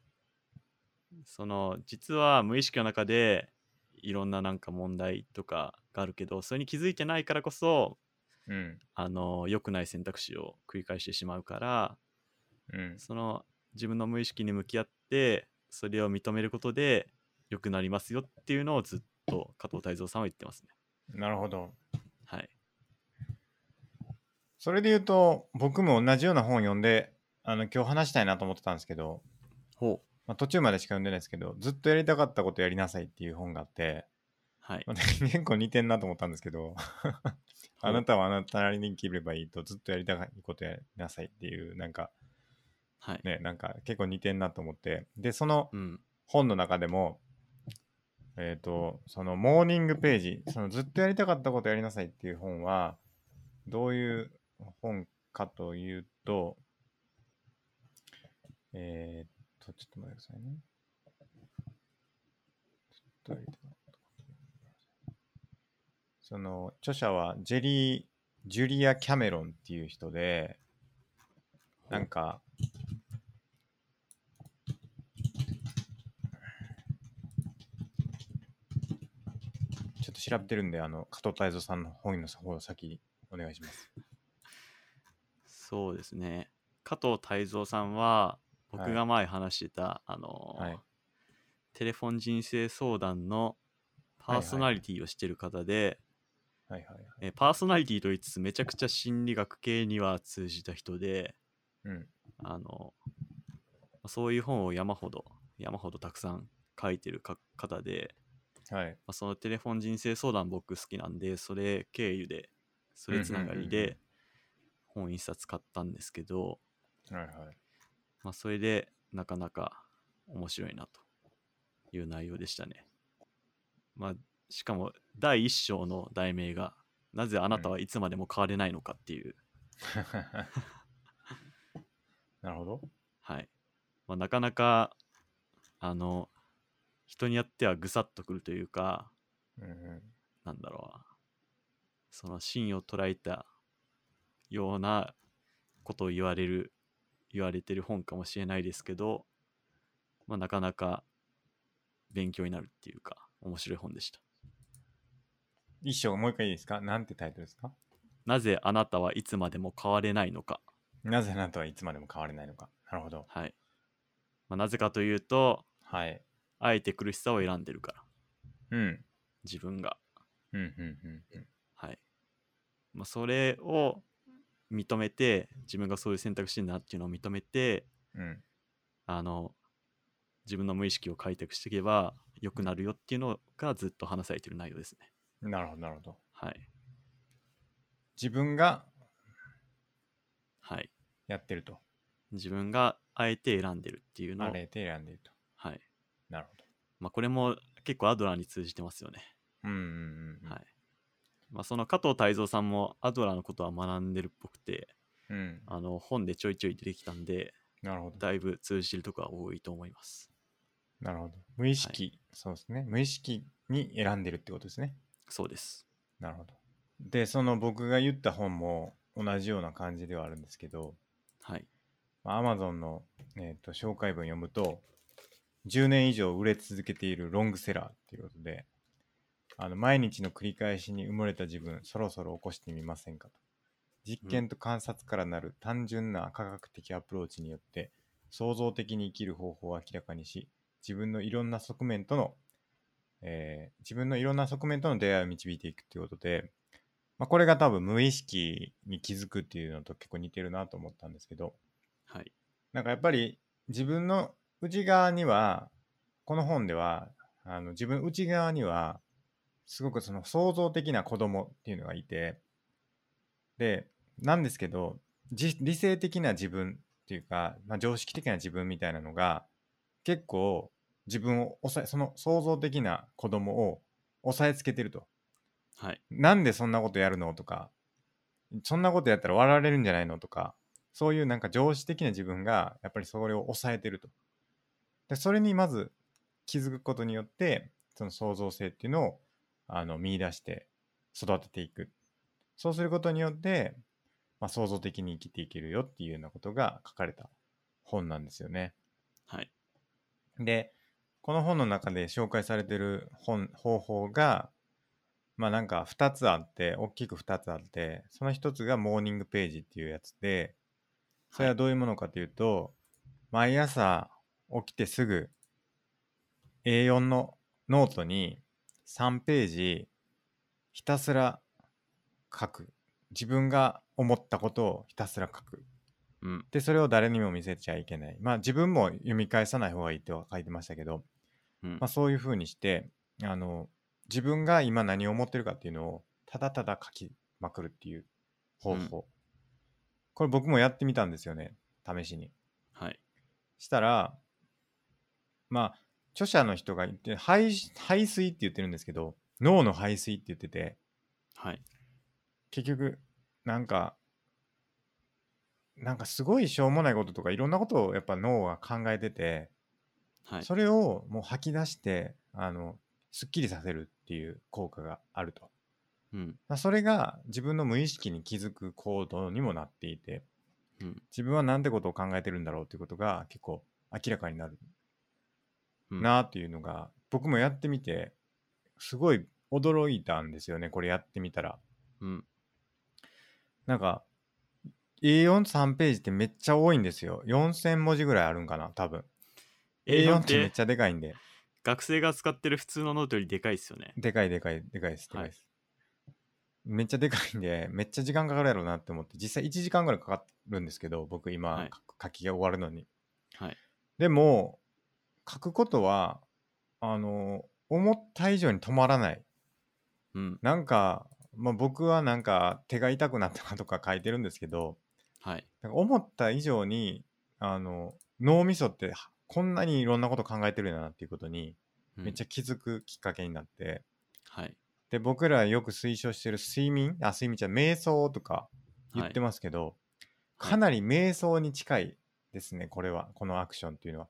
Speaker 2: その実は無意識の中でいろんななんか問題とかがあるけど、それに気づいてないからこそ、
Speaker 1: うん。
Speaker 2: あの良くない選択肢を繰り返してしまうから、
Speaker 1: うん。
Speaker 2: その自分の無意識に向き合ってそれを認めることで良くなりますよっていうのをずっと加藤泰造さんは言ってますね。
Speaker 1: なるほど。
Speaker 2: はい。
Speaker 1: それで言うと僕も同じような本を読んであの今日話したいなと思ってたんですけど、
Speaker 2: ほう。
Speaker 1: まあ、途中までしか読んでないですけどずっとやりたかったことやりなさいっていう本があって、
Speaker 2: はい。
Speaker 1: まあ 結構似てんなと思ったんですけどあなたはあなたなりに生きればいいとずっとやりたいことやりなさいっていうなんか
Speaker 2: はい。
Speaker 1: ねなんか結構似てんなと思ってでその
Speaker 2: うん。
Speaker 1: 本の中でもえっ、と、そのモーニングページ、そのずっとやりたかったことやりなさいっていう本は、どういう本かというと、えっ、と、ちょっと待ってくださいね。ずっとやりたかったことその、著者はジェリー・ジュリア・キャメロンっていう人で、なんか、ちょっと調べてるんで、あの、加藤泰造さんの本の方を先にお願いします。
Speaker 2: そうですね。加藤泰造さんは、
Speaker 1: は
Speaker 2: 僕
Speaker 1: い
Speaker 2: が前話してた、あのー
Speaker 1: はい
Speaker 2: テレフォン人生相談のパーソナリティをしてる方で、
Speaker 1: はいはいはい。
Speaker 2: えーパーソナリティと言いつつめちゃくちゃ心理学系には通じた人で、
Speaker 1: うん。
Speaker 2: あのそういう本を山ほど山ほどたくさん書いてるか方で、
Speaker 1: はい。
Speaker 2: まあ、そのテレフォン人生相談僕好きなんでそれ経由でそれつながり
Speaker 1: うんうんうんう
Speaker 2: で本一冊買ったんですけど、
Speaker 1: はいはい。
Speaker 2: まあ、それでなかなか面白いなという内容でしたね。まあ、しかも第一章の題名が「なぜあなたはいつまでも変われないのか」っていう、
Speaker 1: なるほど。
Speaker 2: はいまあ、なかなかあの人によってはぐさっとくるというか
Speaker 1: うんうん。
Speaker 2: なんだろうなその芯を捉えたようなことを言われる言われてる本かもしれないですけど、まあ、なかなか勉強になるっていうか面白い本でした
Speaker 1: 一章もう一回いいですかなんてタイトルですか
Speaker 2: なぜあなたはいつまでも変われないのか
Speaker 1: なぜあなたはいつまでも変われないのか。なるほど。
Speaker 2: はい、まあ、なぜかというと
Speaker 1: はい。
Speaker 2: あえて苦しさを選んでるから
Speaker 1: うん。うん
Speaker 2: 自分が
Speaker 1: うんうんうん。
Speaker 2: はい。まあ、それを認めて、自分がそういう選択肢だなっていうのを認めて、
Speaker 1: うん、
Speaker 2: あの、自分の無意識を開拓していけば良くなるよっていうのがずっと話されてる内容ですね。
Speaker 1: なるほど、なるほど。
Speaker 2: はい。
Speaker 1: 自分が
Speaker 2: はい。
Speaker 1: やってると。
Speaker 2: 自分があえて選んでるっていうの
Speaker 1: あ
Speaker 2: を、
Speaker 1: れで選んでいると。
Speaker 2: はい。
Speaker 1: なるほど。
Speaker 2: まあ、これも結構アドラーに通じてますよね。
Speaker 1: うんうんうん。
Speaker 2: はい。まあ、その加藤泰造さんもアドラーのことは学んでるっぽくて、
Speaker 1: うん。
Speaker 2: あの、本でちょいちょい出てきたんで、
Speaker 1: なるほど。
Speaker 2: だいぶ通じてるとこは多いと思います。
Speaker 1: なるほど。無意識、そうですね。無意識に選んでるってことですね。
Speaker 2: そうです。
Speaker 1: なるほど。で、その僕が言った本も同じような感じではあるんですけど、
Speaker 2: はい。
Speaker 1: アマゾンの、えー、と紹介文読むと、10年以上売れ続けているロングセラーっていうことで、あの毎日の繰り返しに埋もれた自分、そろそろ起こしてみませんかと。実験と観察からなる単純な科学的アプローチによって、創造的に生きる方法を明らかにし、自分のいろんな側面との、えー自分のいろんな側面との出会いを導いていくっていうことで、まあ、これが多分無意識に気づくっていうのと結構似てるなと思ったんですけど、
Speaker 2: はい。
Speaker 1: なんかやっぱり自分の内側には、この本では、あの自分の内側には、すごくその創造的な子供っていうのがいて、で、なんですけど、じ理性的な自分っていうか、まあ、常識的な自分みたいなのが、結構自分を抑え、その創造的な子供を抑えつけてると。
Speaker 2: はい。
Speaker 1: なんでそんなことやるのとか、そんなことやったら笑われるんじゃないのとか、そういうなんか常識的な自分がやっぱりそれを抑えてると。で、それにまず気づくことによって、その創造性っていうのをあの見出して育てていく。そうすることによって、まあ、創造的に生きていけるよっていうようなことが書かれた本なんですよね。
Speaker 2: はい。
Speaker 1: で、この本の中で紹介されてる本方法が、まあなんか2つあって、大きく2つあって、その1つがモーニングページっていうやつで、それはどういうものかというと、毎朝起きてすぐ A4 のノートに3ページひたすら書く。自分が思ったことをひたすら書く。
Speaker 2: うん。
Speaker 1: で、それを誰にも見せちゃいけない。まあ自分も読み返さない方がいいっては書いてましたけど、
Speaker 2: うん
Speaker 1: まあ、そういうふうにして、あの、自分が今何を思ってるかっていうのをただただ書きまくるっていう方法。これ僕もやってみたんですよね、試しに。
Speaker 2: はい。
Speaker 1: したら、まあ、著者の人が言って排排水って言ってるんですけど脳の排水って言ってて
Speaker 2: はい。
Speaker 1: 結局なんかなんかすごいしょうもないこととかいろんなことをやっぱ脳は考えてて
Speaker 2: はい。
Speaker 1: それをもう吐き出してあのすっきりさせるっていう効果があると。
Speaker 2: うん。
Speaker 1: まあそれが自分の無意識に気づく行動にもなっていて
Speaker 2: うん。
Speaker 1: 自分はなんてことを考えてるんだろうっていうことが結構明らかになる
Speaker 2: うん
Speaker 1: なっていうのが、僕もやってみてすごい驚いたんですよねこれやってみたら
Speaker 2: うん。
Speaker 1: なんか A43 ページってめっちゃ多いんですよ4000文字ぐらいあるんかな多分 A4
Speaker 2: A4
Speaker 1: っ
Speaker 2: って
Speaker 1: めってちゃでかいんで
Speaker 2: 学生が使ってる普通のノートよりでかいですよね。
Speaker 1: でかいでかいでかいですでかいです、めっちゃでかいんでめっちゃ時間かかるやろうなって思って実際1時間ぐらいかかるんですけど僕今、
Speaker 2: はい
Speaker 1: 書く書きが終わるのに
Speaker 2: はい。
Speaker 1: でも書くことはあの思った以上に止まらない
Speaker 2: うん。
Speaker 1: なんか、まあ、僕はなんか手が痛くなったなとか書いてるんですけど
Speaker 2: はい。
Speaker 1: なんか思った以上にあの脳みそってはこんなにいろんなこと考えてるんだなっていうことにめっち
Speaker 2: ゃ。
Speaker 1: ゃ気づくきっかけになって、
Speaker 2: はい。
Speaker 1: で僕らよく推奨してる睡眠あ睡眠じゃない瞑想とか言って
Speaker 2: はい
Speaker 1: ますけど、
Speaker 2: はい
Speaker 1: かなり瞑想に近いですねこれはこのアクションっていうのは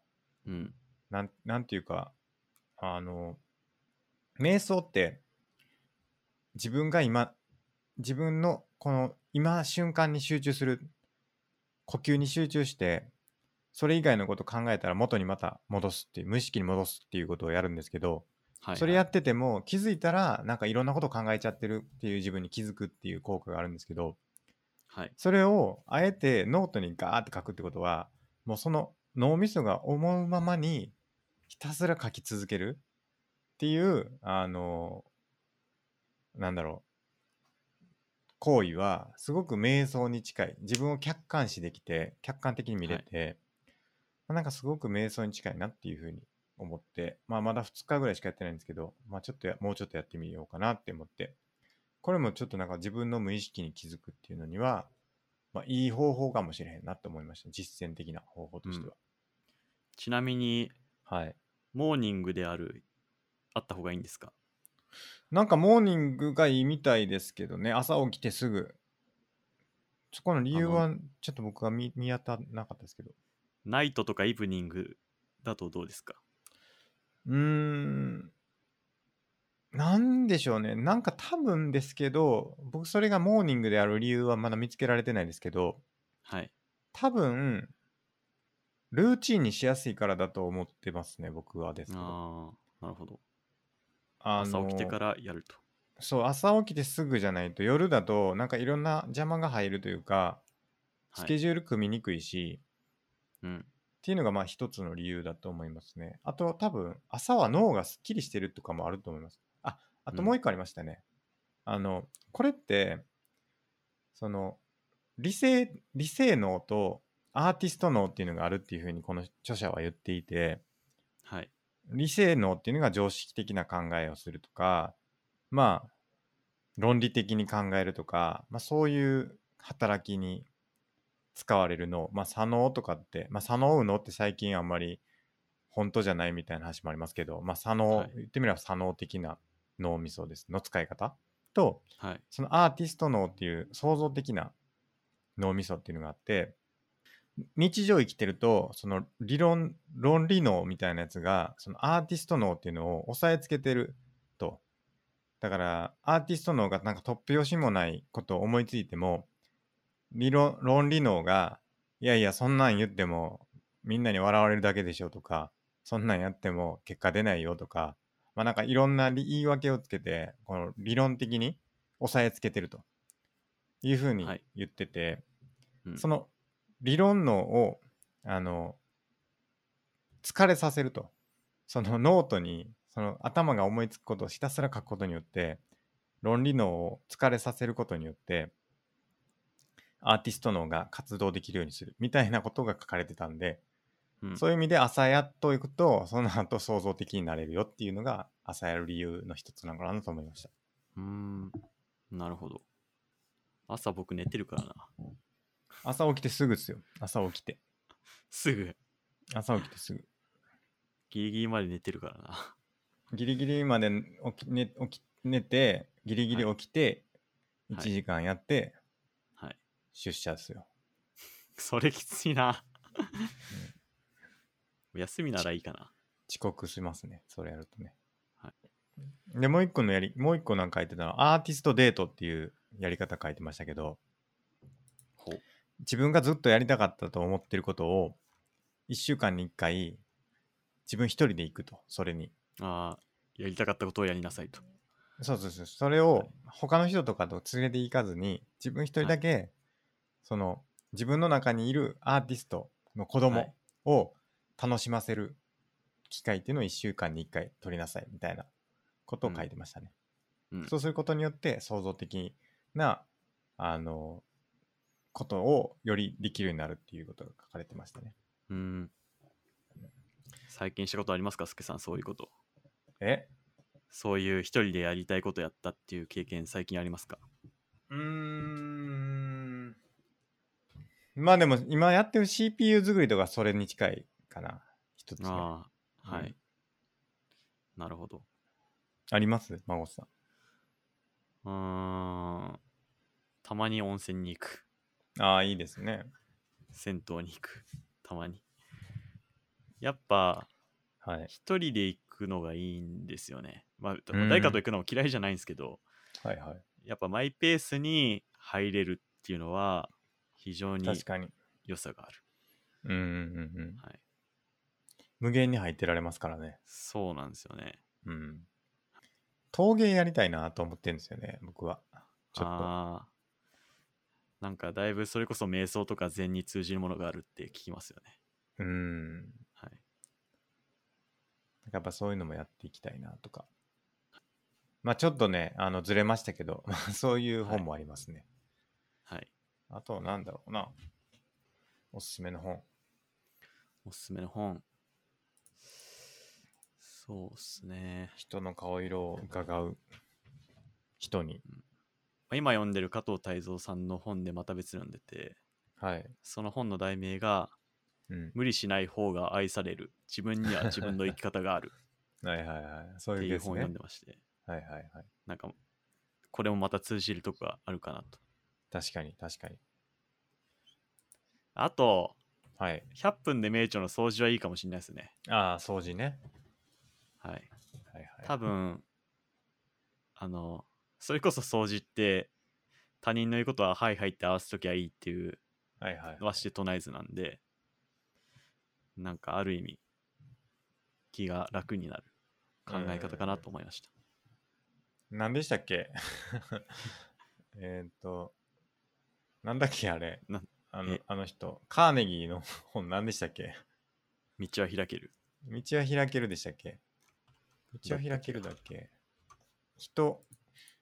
Speaker 2: うん。
Speaker 1: なんなんていうかあの瞑想って自分が今自分のこの今瞬間に集中する呼吸に集中してそれ以外のこと考えたら元にまた戻すっていう無意識に戻すっていうことをやるんですけど、
Speaker 2: はい。
Speaker 1: それやってても気づいたらなんかいろんなこと考えちゃってるっていう自分に気づくっていう効果があるんですけど
Speaker 2: はい。
Speaker 1: それをあえてノートにガーって書くってことはもうその脳みそが思うままにひたすら書き続けるっていうあのなんだろう行為はすごく瞑想に近い自分を客観視できて客観的に見れて、なんかすごく瞑想に近いなっていうふうに思って、まあ、まだ2日ぐらいしかやってないんですけど、まあ、ちょっとやもうちょっとやってみようかなって思ってこれもちょっとなんか自分の無意識に気づくっていうのには、まあ、いい方法かもしれへんなと思いました実践的な方法としては、
Speaker 2: ちなみに、
Speaker 1: はい
Speaker 2: モーニングである、あった方がいいんですか
Speaker 1: なんかモーニングがいいみたいですけどね朝起きてすぐそこの理由
Speaker 2: あ
Speaker 1: はちょっと僕は見見当たらなかったですけど
Speaker 2: ナイトとかイブニングだとどうですか
Speaker 1: うーんなんでしょうねなんか多分ですけど僕それがモーニングである理由はまだ見つけられてないですけど
Speaker 2: はい。
Speaker 1: 多分ルーチンにしやすいからだと思ってますね僕はですけど
Speaker 2: ああ、なるほど。
Speaker 1: あ
Speaker 2: 朝
Speaker 1: の
Speaker 2: 起きてからやると。
Speaker 1: そう朝起きてすぐじゃないと夜だとなんかいろんな邪魔が入るというかス
Speaker 2: は
Speaker 1: ケ
Speaker 2: い。
Speaker 1: ジュール組みにくいし、
Speaker 2: うん。
Speaker 1: っていうのがまあ一つの理由だと思いますね。あと多分朝は脳がすっきりしてるとかもあると思います。ああともう一個ありましたね。あのこれってその理性理性脳とアーティスト脳っていうのがあるっていうふうにこの著者は言っていて
Speaker 2: はい。
Speaker 1: 理性脳っていうのが常識的な考えをするとかまあ論理的に考えるとか、まあ、そういう働きに使われる脳、まあ、左脳とかって、まあ、左脳右脳って最近あんまり本当じゃないみたいな話もありますけど、まあ、左脳、
Speaker 2: はい
Speaker 1: 言ってみれば左脳的な脳みそですの使い方と
Speaker 2: はい。
Speaker 1: そのアーティスト脳っていう創造的な脳みそっていうのがあって日常生きてるとその理論論理脳みたいなやつがそのアーティスト脳っていうのを押さえつけてるとだからアーティスト脳がなんか突拍子もないことを思いついても理論論理脳がいやいやそんなん言ってもみんなに笑われるだけでしょとかそんなんやっても結果出ないよとかまあなんかいろんな理言い訳をつけてこの理論的に押さえつけてるというふうに
Speaker 2: はい
Speaker 1: 言ってて、
Speaker 2: うん
Speaker 1: その理論脳をあの疲れさせるとそのノートにその頭が思いつくことをひたすら書くことによって論理脳を疲れさせることによってアーティスト脳が活動できるようにするみたいなことが書かれてたんで、
Speaker 2: うん
Speaker 1: そういう意味で朝やっといくとその後想像的になれるよっていうのが朝やる理由の一つなのかなと思いました。
Speaker 2: うーん。なるほど。朝僕寝てるからな。
Speaker 1: 朝起きてすぐですよ。朝起きて。
Speaker 2: すぐ。
Speaker 1: 朝起きてすぐ。
Speaker 2: ギリギリまで寝てるからな。
Speaker 1: ギリギリまで起き,、ね、起き寝て、ギリギリ起きて、
Speaker 2: はい
Speaker 1: 1時間やって、
Speaker 2: はい。
Speaker 1: 出社ですよ。
Speaker 2: それきついな。休みならいいかな。
Speaker 1: 遅刻しますね、それやるとね。
Speaker 2: は
Speaker 1: で、もう一個のやり、もう一個なんか書いてたのは、アーティストデートっていうやり方書いてましたけど、
Speaker 2: ほう。
Speaker 1: 自分がずっとやりたかったと思ってることを、1週間に1回、自分一人で行くと、それに。
Speaker 2: ああ、やりたかったことをやりなさいと。
Speaker 1: そうそうそう。それを他の人とかと連れて行かずに、自分一人だけ、その、自分の中にいるアーティストの子
Speaker 2: は
Speaker 1: 供
Speaker 2: い
Speaker 1: を楽しませる機会っていうのを1週間に1回取りなさいみたいなことを書いてましたね。
Speaker 2: うん
Speaker 1: そうすることによって創造的な、あの、ことをよりできるようになるっていうことが書かれてましたね。
Speaker 2: うん。最近したことありますか、すけさん、そういうこと。
Speaker 1: え
Speaker 2: そういう一人でやりたいことやったっていう経験、最近ありますか
Speaker 1: うーんまあでも今やってる CPU 作りとかそれに近いかな一つ目あ
Speaker 2: ああ、は
Speaker 1: う
Speaker 2: い、
Speaker 1: ん
Speaker 2: なるほど。
Speaker 1: ります孫さん
Speaker 2: うーん。たまに温泉に行く。
Speaker 1: ああいいですね
Speaker 2: 銭湯に行く。たまに。やっぱ、
Speaker 1: はい
Speaker 2: 一人で行くのがいいんですよね。まあ、
Speaker 1: うん
Speaker 2: 誰かと行くのも嫌いじゃないんですけど、
Speaker 1: はいはい
Speaker 2: やっぱマイペースに入れるっていうのは、非常に
Speaker 1: 確かに
Speaker 2: 良さがある。
Speaker 1: うんうんうんうん
Speaker 2: はい。
Speaker 1: 無限に入ってられますからね
Speaker 2: そうなんですよね。
Speaker 1: うん陶芸やりたいなと思ってるんですよね僕はちょっと
Speaker 2: あーなんかだいぶそれこそ瞑想とか禅に通じるものがあるって聞きますよね。
Speaker 1: うん
Speaker 2: はい。
Speaker 1: やっぱそういうのもやっていきたいなとかまあちょっとねあのずれましたけどまあそういう本もありますね、
Speaker 2: はい。
Speaker 1: あとはなんだろうな。おすすめの本。
Speaker 2: おすすめの本。そうっすね。
Speaker 1: 人の顔色を伺う人に。
Speaker 2: まあ今読んでる加藤泰造さんの本でまた別に読んでて、
Speaker 1: はい。
Speaker 2: その本の題名が、
Speaker 1: うん。
Speaker 2: 無理しない方が愛される。自分には自分の生き方がある
Speaker 1: はいはいはい。 そう
Speaker 2: って
Speaker 1: いう
Speaker 2: い
Speaker 1: で
Speaker 2: う
Speaker 1: す
Speaker 2: 本を
Speaker 1: ね。は
Speaker 2: 読ん
Speaker 1: い
Speaker 2: でまして、
Speaker 1: はいはい。
Speaker 2: なんか、これもまた通じるとこがあるかなと。
Speaker 1: 確かに確かに。
Speaker 2: あと、
Speaker 1: はい。
Speaker 2: 100分で名著の掃除はいいかもしれないですね。
Speaker 1: ああ、掃除ね。
Speaker 2: はい。
Speaker 1: はいは
Speaker 2: 多分あのそれこそ掃除って他人の言うことは「はいはい」って合わせときゃいいっていう
Speaker 1: い。はいはい。
Speaker 2: のはして唱えずなんでなんかある意味気が楽になる考え方かなと思いました
Speaker 1: 何でしたっけ えーっと、なんだっけあれ
Speaker 2: な。
Speaker 1: あの
Speaker 2: え
Speaker 1: あの人。カーネギーの本何でしたっけ
Speaker 2: 道は開ける
Speaker 1: 道は開けるでしたっけ道は開けるだっけ人、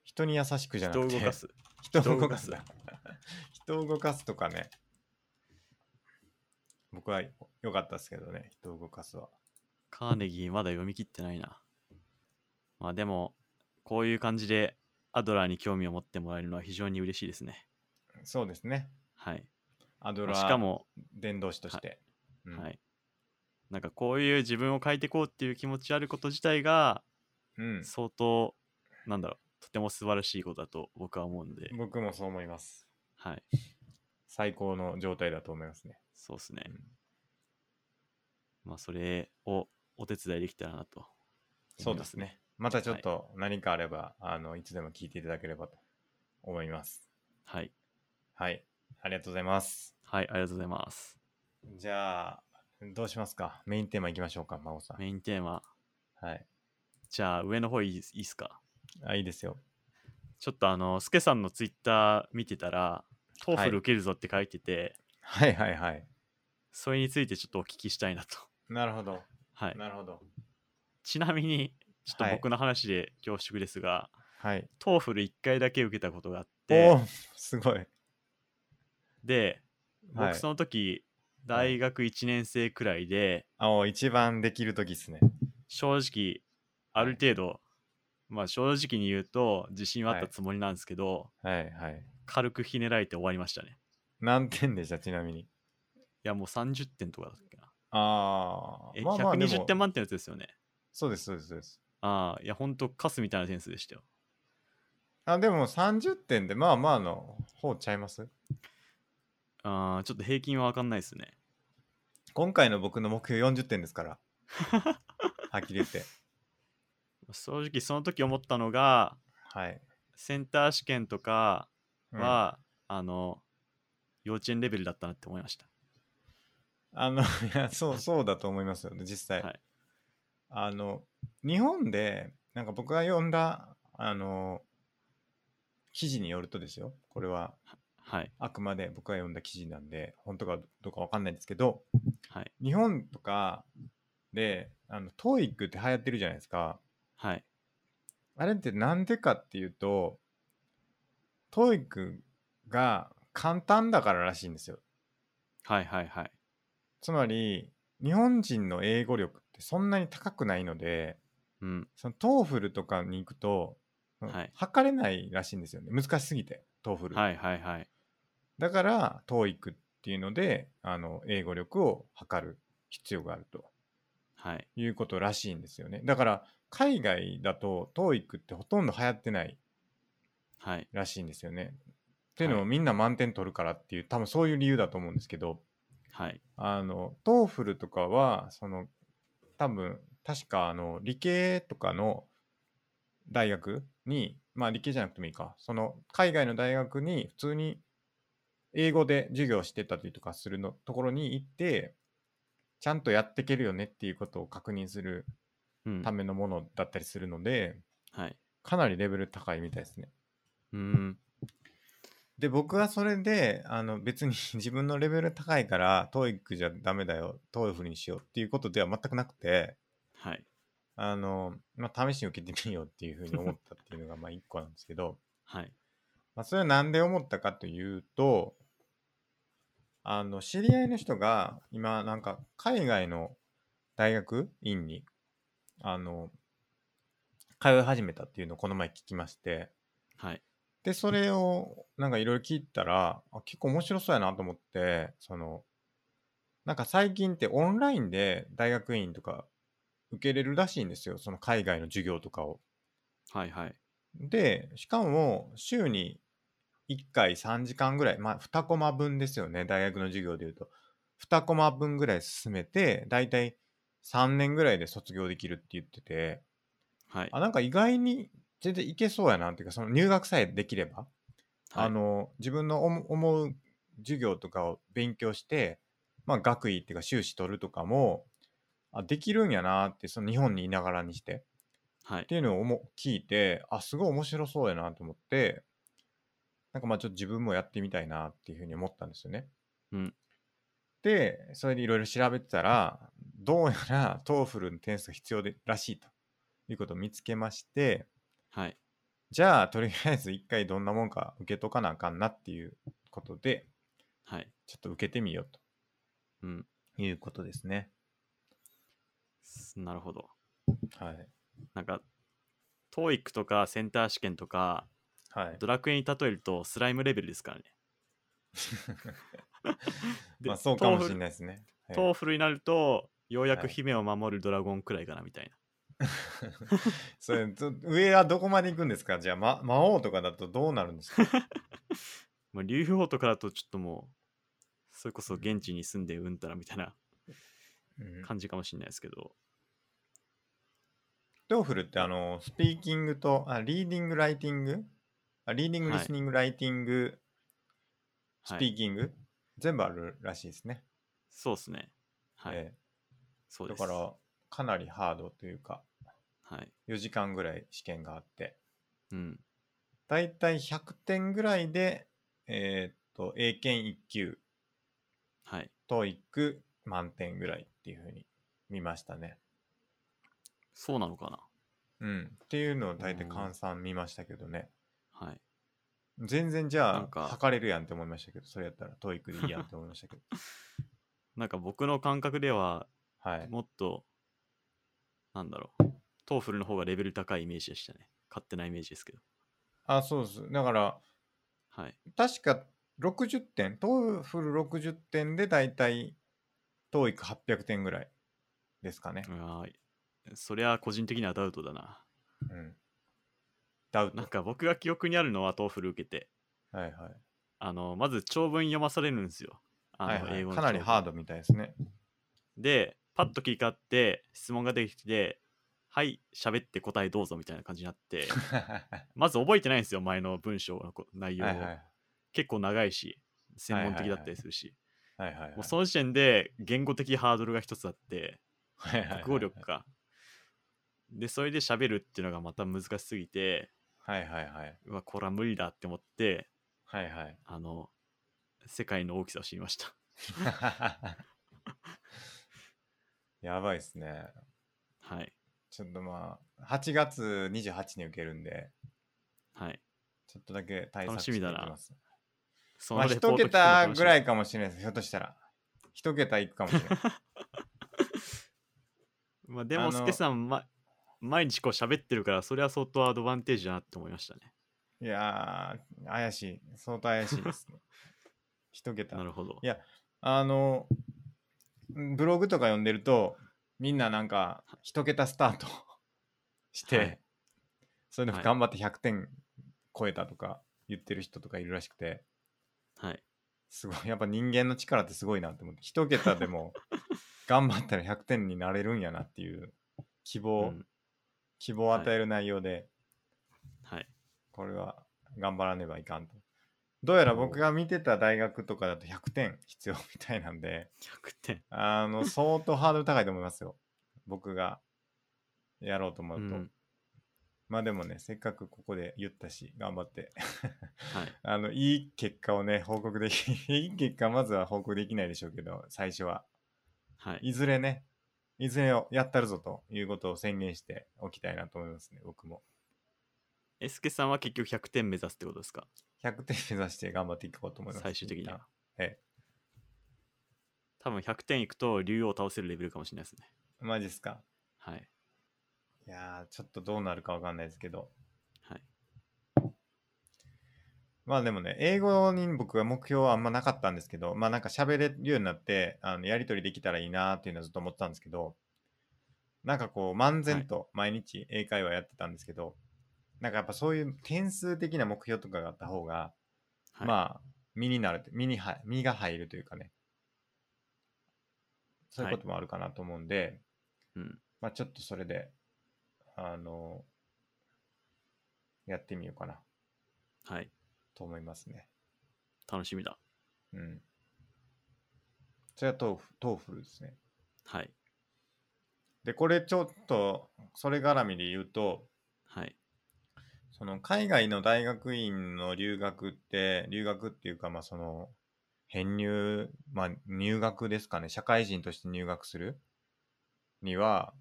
Speaker 1: 人に優しくじゃな
Speaker 2: 人を
Speaker 1: くて。
Speaker 2: 動かす
Speaker 1: 人を動かすだ人を動かすとかね僕は良かったですけどね人を動かすは
Speaker 2: カーネギーまだ読み切ってないなまあでもこういう感じでアドラーに興味を持ってもらえるのは非常に嬉しいですね
Speaker 1: そうですね
Speaker 2: はい
Speaker 1: アド
Speaker 2: ま
Speaker 1: ラ
Speaker 2: あ
Speaker 1: ー
Speaker 2: しかも
Speaker 1: 伝道師として、うん
Speaker 2: はい。なんかこういう自分を変えていこうっていう気持ちあること自体が
Speaker 1: うん
Speaker 2: 相当、なんだろうとても素晴らしいことだと僕は思うんで、
Speaker 1: 僕もそう思います
Speaker 2: はい
Speaker 1: 最高の状態だと思いますね
Speaker 2: そうですね
Speaker 1: うん
Speaker 2: まあそれをお手伝いできたらなと
Speaker 1: そうですねまたちょっと何かあれば、い、あのいつでも聞いていただければと思います
Speaker 2: はい
Speaker 1: はいありがとうございます
Speaker 2: はいありがとうございます
Speaker 1: じゃあどうしますかメインテーマいきましょうか孫さ
Speaker 2: メインテーマ
Speaker 1: んはい
Speaker 2: じゃあ上の方いいいいっすか
Speaker 1: あいいですよ
Speaker 2: ちょっとあのスケさんのツイッター見てたらトー
Speaker 1: は
Speaker 2: フ
Speaker 1: い
Speaker 2: ル受けるぞって書いてて、
Speaker 1: はいはいはい
Speaker 2: それについてちょっとお聞きしたいなと
Speaker 1: なるほど
Speaker 2: はい
Speaker 1: なるほど。
Speaker 2: ちなみにちょっ
Speaker 1: は
Speaker 2: と
Speaker 1: い
Speaker 2: 僕の話で恐縮ですが、
Speaker 1: はい。
Speaker 2: トーフル1回だけ受けたことがあっ
Speaker 1: お
Speaker 2: て
Speaker 1: おー、すごい。
Speaker 2: で
Speaker 1: は
Speaker 2: 僕
Speaker 1: い
Speaker 2: その時、
Speaker 1: はい
Speaker 2: 大学1年生くらいで
Speaker 1: あお一番できる時っすね。
Speaker 2: 正直ある程度、まあ正直に言うと自信はあった
Speaker 1: はい
Speaker 2: つもりなんですけど、
Speaker 1: はいはい。
Speaker 2: 軽くひねられて終わりましたね
Speaker 1: 何点でしたちなみに。
Speaker 2: いやもう30点とかだったっけな
Speaker 1: ああ、
Speaker 2: え、
Speaker 1: まあまあで
Speaker 2: 120
Speaker 1: も、
Speaker 2: 点満点のやつですよね。
Speaker 1: そうです、そうです、そうです。
Speaker 2: ああ、いや、ほんとカスみたいな点数でしたよ。
Speaker 1: あ、でも30点で、まあまあの方ちゃいます
Speaker 2: ああ、ちょっと平均は分かんないですね。
Speaker 1: 今回の僕の目標40点です から。はっきり言って。
Speaker 2: 正直、その時思ったのが、
Speaker 1: はい。
Speaker 2: センター試験とか
Speaker 1: うん
Speaker 2: は、あの、幼稚園レベルだったなって思いました。
Speaker 1: あの、い や、そう、そうだと思いますよね、実際。
Speaker 2: はい
Speaker 1: あの、日本で、なんか僕が読んだ、あの、記事によるとですよ、これは
Speaker 2: はい。
Speaker 1: あくまで僕が読んだ記事なんで、本当かどうかわかんないんですけど、
Speaker 2: はい。
Speaker 1: 日本とかで、あの、トーイックって流行ってるじゃないですか。
Speaker 2: はい。
Speaker 1: あれってなんでかっていうと、トーイックが簡単だかららしいんですよ。
Speaker 2: はい。はい。はい。
Speaker 1: つまり、日本人の英語力ってそんなに高くないので、
Speaker 2: うん。
Speaker 1: そのトーフルとかに行くと、
Speaker 2: はい
Speaker 1: 測れないらしいんですよね難しすぎてトーフル、
Speaker 2: はい。はい。はい。
Speaker 1: だからトーイックっていうのであの英語力を測る必要があると
Speaker 2: はい。
Speaker 1: いうことらしいんですよねだから海外だとトーイックってほとんど流行ってない
Speaker 2: はい。
Speaker 1: らしいんですよねっていうのも
Speaker 2: はい
Speaker 1: みんな満点取るからっていう多分そういう理由だと思うんですけど
Speaker 2: はい。
Speaker 1: あのトーフルとかはその多分確かあの理系とかの大学にまあ理系じゃなくてもいいかその海外の大学に普通に英語で授業してたりとかするのところに行ってちゃんとやっていけるよねっていうことを確認する
Speaker 2: うん。
Speaker 1: ためのものだったりするので、
Speaker 2: はい。
Speaker 1: かなりレベル高いみたいですね。
Speaker 2: うん。
Speaker 1: で僕はそれであの別に 自分のレベル高いから TOEIC じゃダメだよ TOEFL にしようっていうことでは全くなくて
Speaker 2: はい。
Speaker 1: あの、まあ、試しに受けてみようっていうふうに思ったっていうのがまあ1個なんですけど、
Speaker 2: はい。
Speaker 1: まあ、それは何で思ったかというとあの知り合いの人が今なんか海外の大学院にあの通い始めたっていうのをこの前聞きまして
Speaker 2: はい。
Speaker 1: で、それをなんかいろいろ聞いたら、あ結構面白そうやなと思って、その、なんか最近ってオンラインで大学院とか受けれるらしいんですよ、その海外の授業とかを。
Speaker 2: はい。はい。
Speaker 1: で、しかも週に1回3時間ぐらい、まあ2コマ分ですよね、大学の授業で言うと。2コマ分ぐらい進めて、だいたい3年ぐらいで卒業できるって言ってて、
Speaker 2: はい。
Speaker 1: あ、なんか意外に全然いけそうやなっていうか、その入学さえできれば。
Speaker 2: はい
Speaker 1: あ、の自分の思思う授業とかを勉強して、まあ、学位っていうか修士取るとかもあできるんやなってその日本にいながらにして
Speaker 2: は
Speaker 1: っ
Speaker 2: い。
Speaker 1: ていうのを思聞いてあすごい面白そうやなと思ってなんかまあちょっと自分もやってみたいなっていうふうに思ったんですよね。
Speaker 2: うん
Speaker 1: でそれでいろいろ調べてたらどうやらトーフルの点数が必要でらしいということを見つけまして、
Speaker 2: はい。
Speaker 1: じゃあ、とりあえず一回どんなもんか受けとかなあかんなっていうことで、
Speaker 2: はい。
Speaker 1: ちょっと受けてみよう
Speaker 2: うん。
Speaker 1: ということですね。
Speaker 2: すなるほど。
Speaker 1: はい。
Speaker 2: なんか、TOEIC とかセンター試験とか、
Speaker 1: はい。
Speaker 2: ドラクエに例えるとスライムレベルで すからね。で
Speaker 1: まあ、そうかもしれないですね。
Speaker 2: ト
Speaker 1: は
Speaker 2: ーフルトーフルになると、ようや
Speaker 1: は
Speaker 2: く
Speaker 1: い
Speaker 2: 姫を守るドラゴンくらいかなみたいな。
Speaker 1: いそれと上はどこまで行くんですかじゃあ、ま、魔王とかだとどうなるん ですか
Speaker 2: まあ、竜王とかだとちょっともう、それこそ現地に住んでうんたらみたいな
Speaker 1: うん
Speaker 2: 感じかもしれないですけど、
Speaker 1: トーフルって、あの、スピーキングと、あリーディング、ライティングあリーディング、
Speaker 2: はい
Speaker 1: リスニング、ライティング、ス
Speaker 2: は
Speaker 1: ピ
Speaker 2: い、
Speaker 1: ーキング、全部あるらしいですね。
Speaker 2: そうですね。はい、
Speaker 1: ええ
Speaker 2: そう
Speaker 1: だ
Speaker 2: です。
Speaker 1: から、かなりハードというか、
Speaker 2: はい、
Speaker 1: 4時間ぐらい試験があって、
Speaker 2: うん、
Speaker 1: だいたい100点ぐらいで、えーっと、英検1級、
Speaker 2: はい。
Speaker 1: トイック満点ぐらいっていうふうに見ましたね。
Speaker 2: そうなのか
Speaker 1: うん。っていうのを大体
Speaker 2: うん
Speaker 1: 換算見ましたけどね。
Speaker 2: な。はい。
Speaker 1: 全然じ
Speaker 2: な
Speaker 1: ゃ
Speaker 2: ん
Speaker 1: あ、
Speaker 2: か
Speaker 1: 測れるやんって思いましたけど、それやったらトイックでいいやんって思いま したけど。
Speaker 2: なんか僕の感覚では、
Speaker 1: はい。
Speaker 2: もっと、なんだろう、トーフルの方がレベル高いイメージでしたね。勝手なイメージですけど。
Speaker 1: あ、そうです。だから、
Speaker 2: はい。
Speaker 1: 確か60点、トーフル60点で大体 TOEIC800 点ぐらいですかね。
Speaker 2: あーそりゃ個人的にはダウトだな。
Speaker 1: うん。ダウト。
Speaker 2: なん
Speaker 1: は
Speaker 2: か僕が記憶にあるのはトーフル受けて、
Speaker 1: いはい。
Speaker 2: あの、まず長文読まされるんですよ。あの
Speaker 1: はいはい
Speaker 2: 英語の
Speaker 1: かなり
Speaker 2: 長文
Speaker 1: ハードみたいですね。
Speaker 2: で、パッと切り替わって、質問が出てきて、はい、喋って答えどうぞみたいな感じになって、 まず覚えてないんですよ、前の文章のこ内容を。
Speaker 1: はいはい。
Speaker 2: 結構長いし、専門的だったりするし、
Speaker 1: はいはいはい。
Speaker 2: もうその時点で言語的ハードルが一つあって、
Speaker 1: はいはいはい
Speaker 2: 国語力か。で、それで喋るっていうのがまた難しすぎて、
Speaker 1: はいはいはい。
Speaker 2: うわ、これは無理だって思って、
Speaker 1: はいはい。
Speaker 2: あの、世界の大きさを知りました。
Speaker 1: やばいですね。
Speaker 2: はい。
Speaker 1: ちょっとまあ、8月28に受けるんで、
Speaker 2: はい。
Speaker 1: ちょっとだけ対策
Speaker 2: 楽しみだな
Speaker 1: していきます
Speaker 2: そ
Speaker 1: まあ、
Speaker 2: レポー
Speaker 1: 一
Speaker 2: ト聞くの
Speaker 1: 桁
Speaker 2: 楽しみ
Speaker 1: ぐらいかもしれないです。ひょっとしたら。一桁いくかもしれない。
Speaker 2: まあでも、
Speaker 1: あの
Speaker 2: スケさん、ま、毎日こう喋ってるから、それは相当アドバンテージだなって思いましたね。
Speaker 1: いやー、怪しい。相当怪しいです ね。一桁
Speaker 2: な。るほど
Speaker 1: い。や、あの、んブログとか読んでると、みんななんか、一桁スタート して、
Speaker 2: はい
Speaker 1: それでも
Speaker 2: はい
Speaker 1: 頑張って100点超えたとか言ってる人とかいるらしくて、
Speaker 2: はい。
Speaker 1: すごい、やっぱ人間の力ってすごいなって思って、一桁で も頑張ったら100点になれるんやなっていう希
Speaker 2: う
Speaker 1: 望、
Speaker 2: ん
Speaker 1: 希望を与える内容で、
Speaker 2: はい。
Speaker 1: これは頑張らねばいかんと。どうやら僕が見てた大学とかだと100点必要みたいなんで、
Speaker 2: 100点。
Speaker 1: あの、相当ハードル高いと思いますよ。僕がやろうと思
Speaker 2: う
Speaker 1: うと。
Speaker 2: ん。
Speaker 1: まあでもね、せっかくここで言ったし、頑張って。
Speaker 2: はい。
Speaker 1: あの、いい結果をね、報告でき、 いい結果まずは報告できないでしょうけど、最初は。
Speaker 2: はい。
Speaker 1: いずれね、いずれをやったるぞということを宣言しておきたいなと思いますね、僕も。
Speaker 2: え、スケさんは結局100点目指すってことですか
Speaker 1: 100点目指して頑張っていこうと思います。
Speaker 2: 最終的に
Speaker 1: 一旦
Speaker 2: は。
Speaker 1: え
Speaker 2: 多分100点いくと、竜王を倒せるレベルかもしれないですね。
Speaker 1: マジっすか。
Speaker 2: はい。
Speaker 1: いやー、ちょっとどうなるかわかんないですけど。
Speaker 2: はい。
Speaker 1: まあでもね、英語に僕は目標はあんまなかったんですけど、まあなんか喋れるようになって、あのやりとりできたらいいなーっていうのはずっと思ってたんですけど、なんかこう、漫然と毎日英会話やってたんですけど、なんかやっぱそういう点数的な目標とかがあった方が、
Speaker 2: はい、
Speaker 1: まあ、身になる、身には、身が入るというかね、そういうこともあるかなと思うんで、
Speaker 2: うん。
Speaker 1: まあちょっとそれで、あの、やってみようかな
Speaker 2: はい。
Speaker 1: と思いますね。
Speaker 2: 楽しみだ。
Speaker 1: うん。それはトーフトーフルですね。
Speaker 2: はい。
Speaker 1: で、これちょっと、それ絡みで言うと、
Speaker 2: はい。
Speaker 1: その海外の大学院の留学って、留学っていうか、まあその、編入、まあ入学ですかね、社会人として入学するには、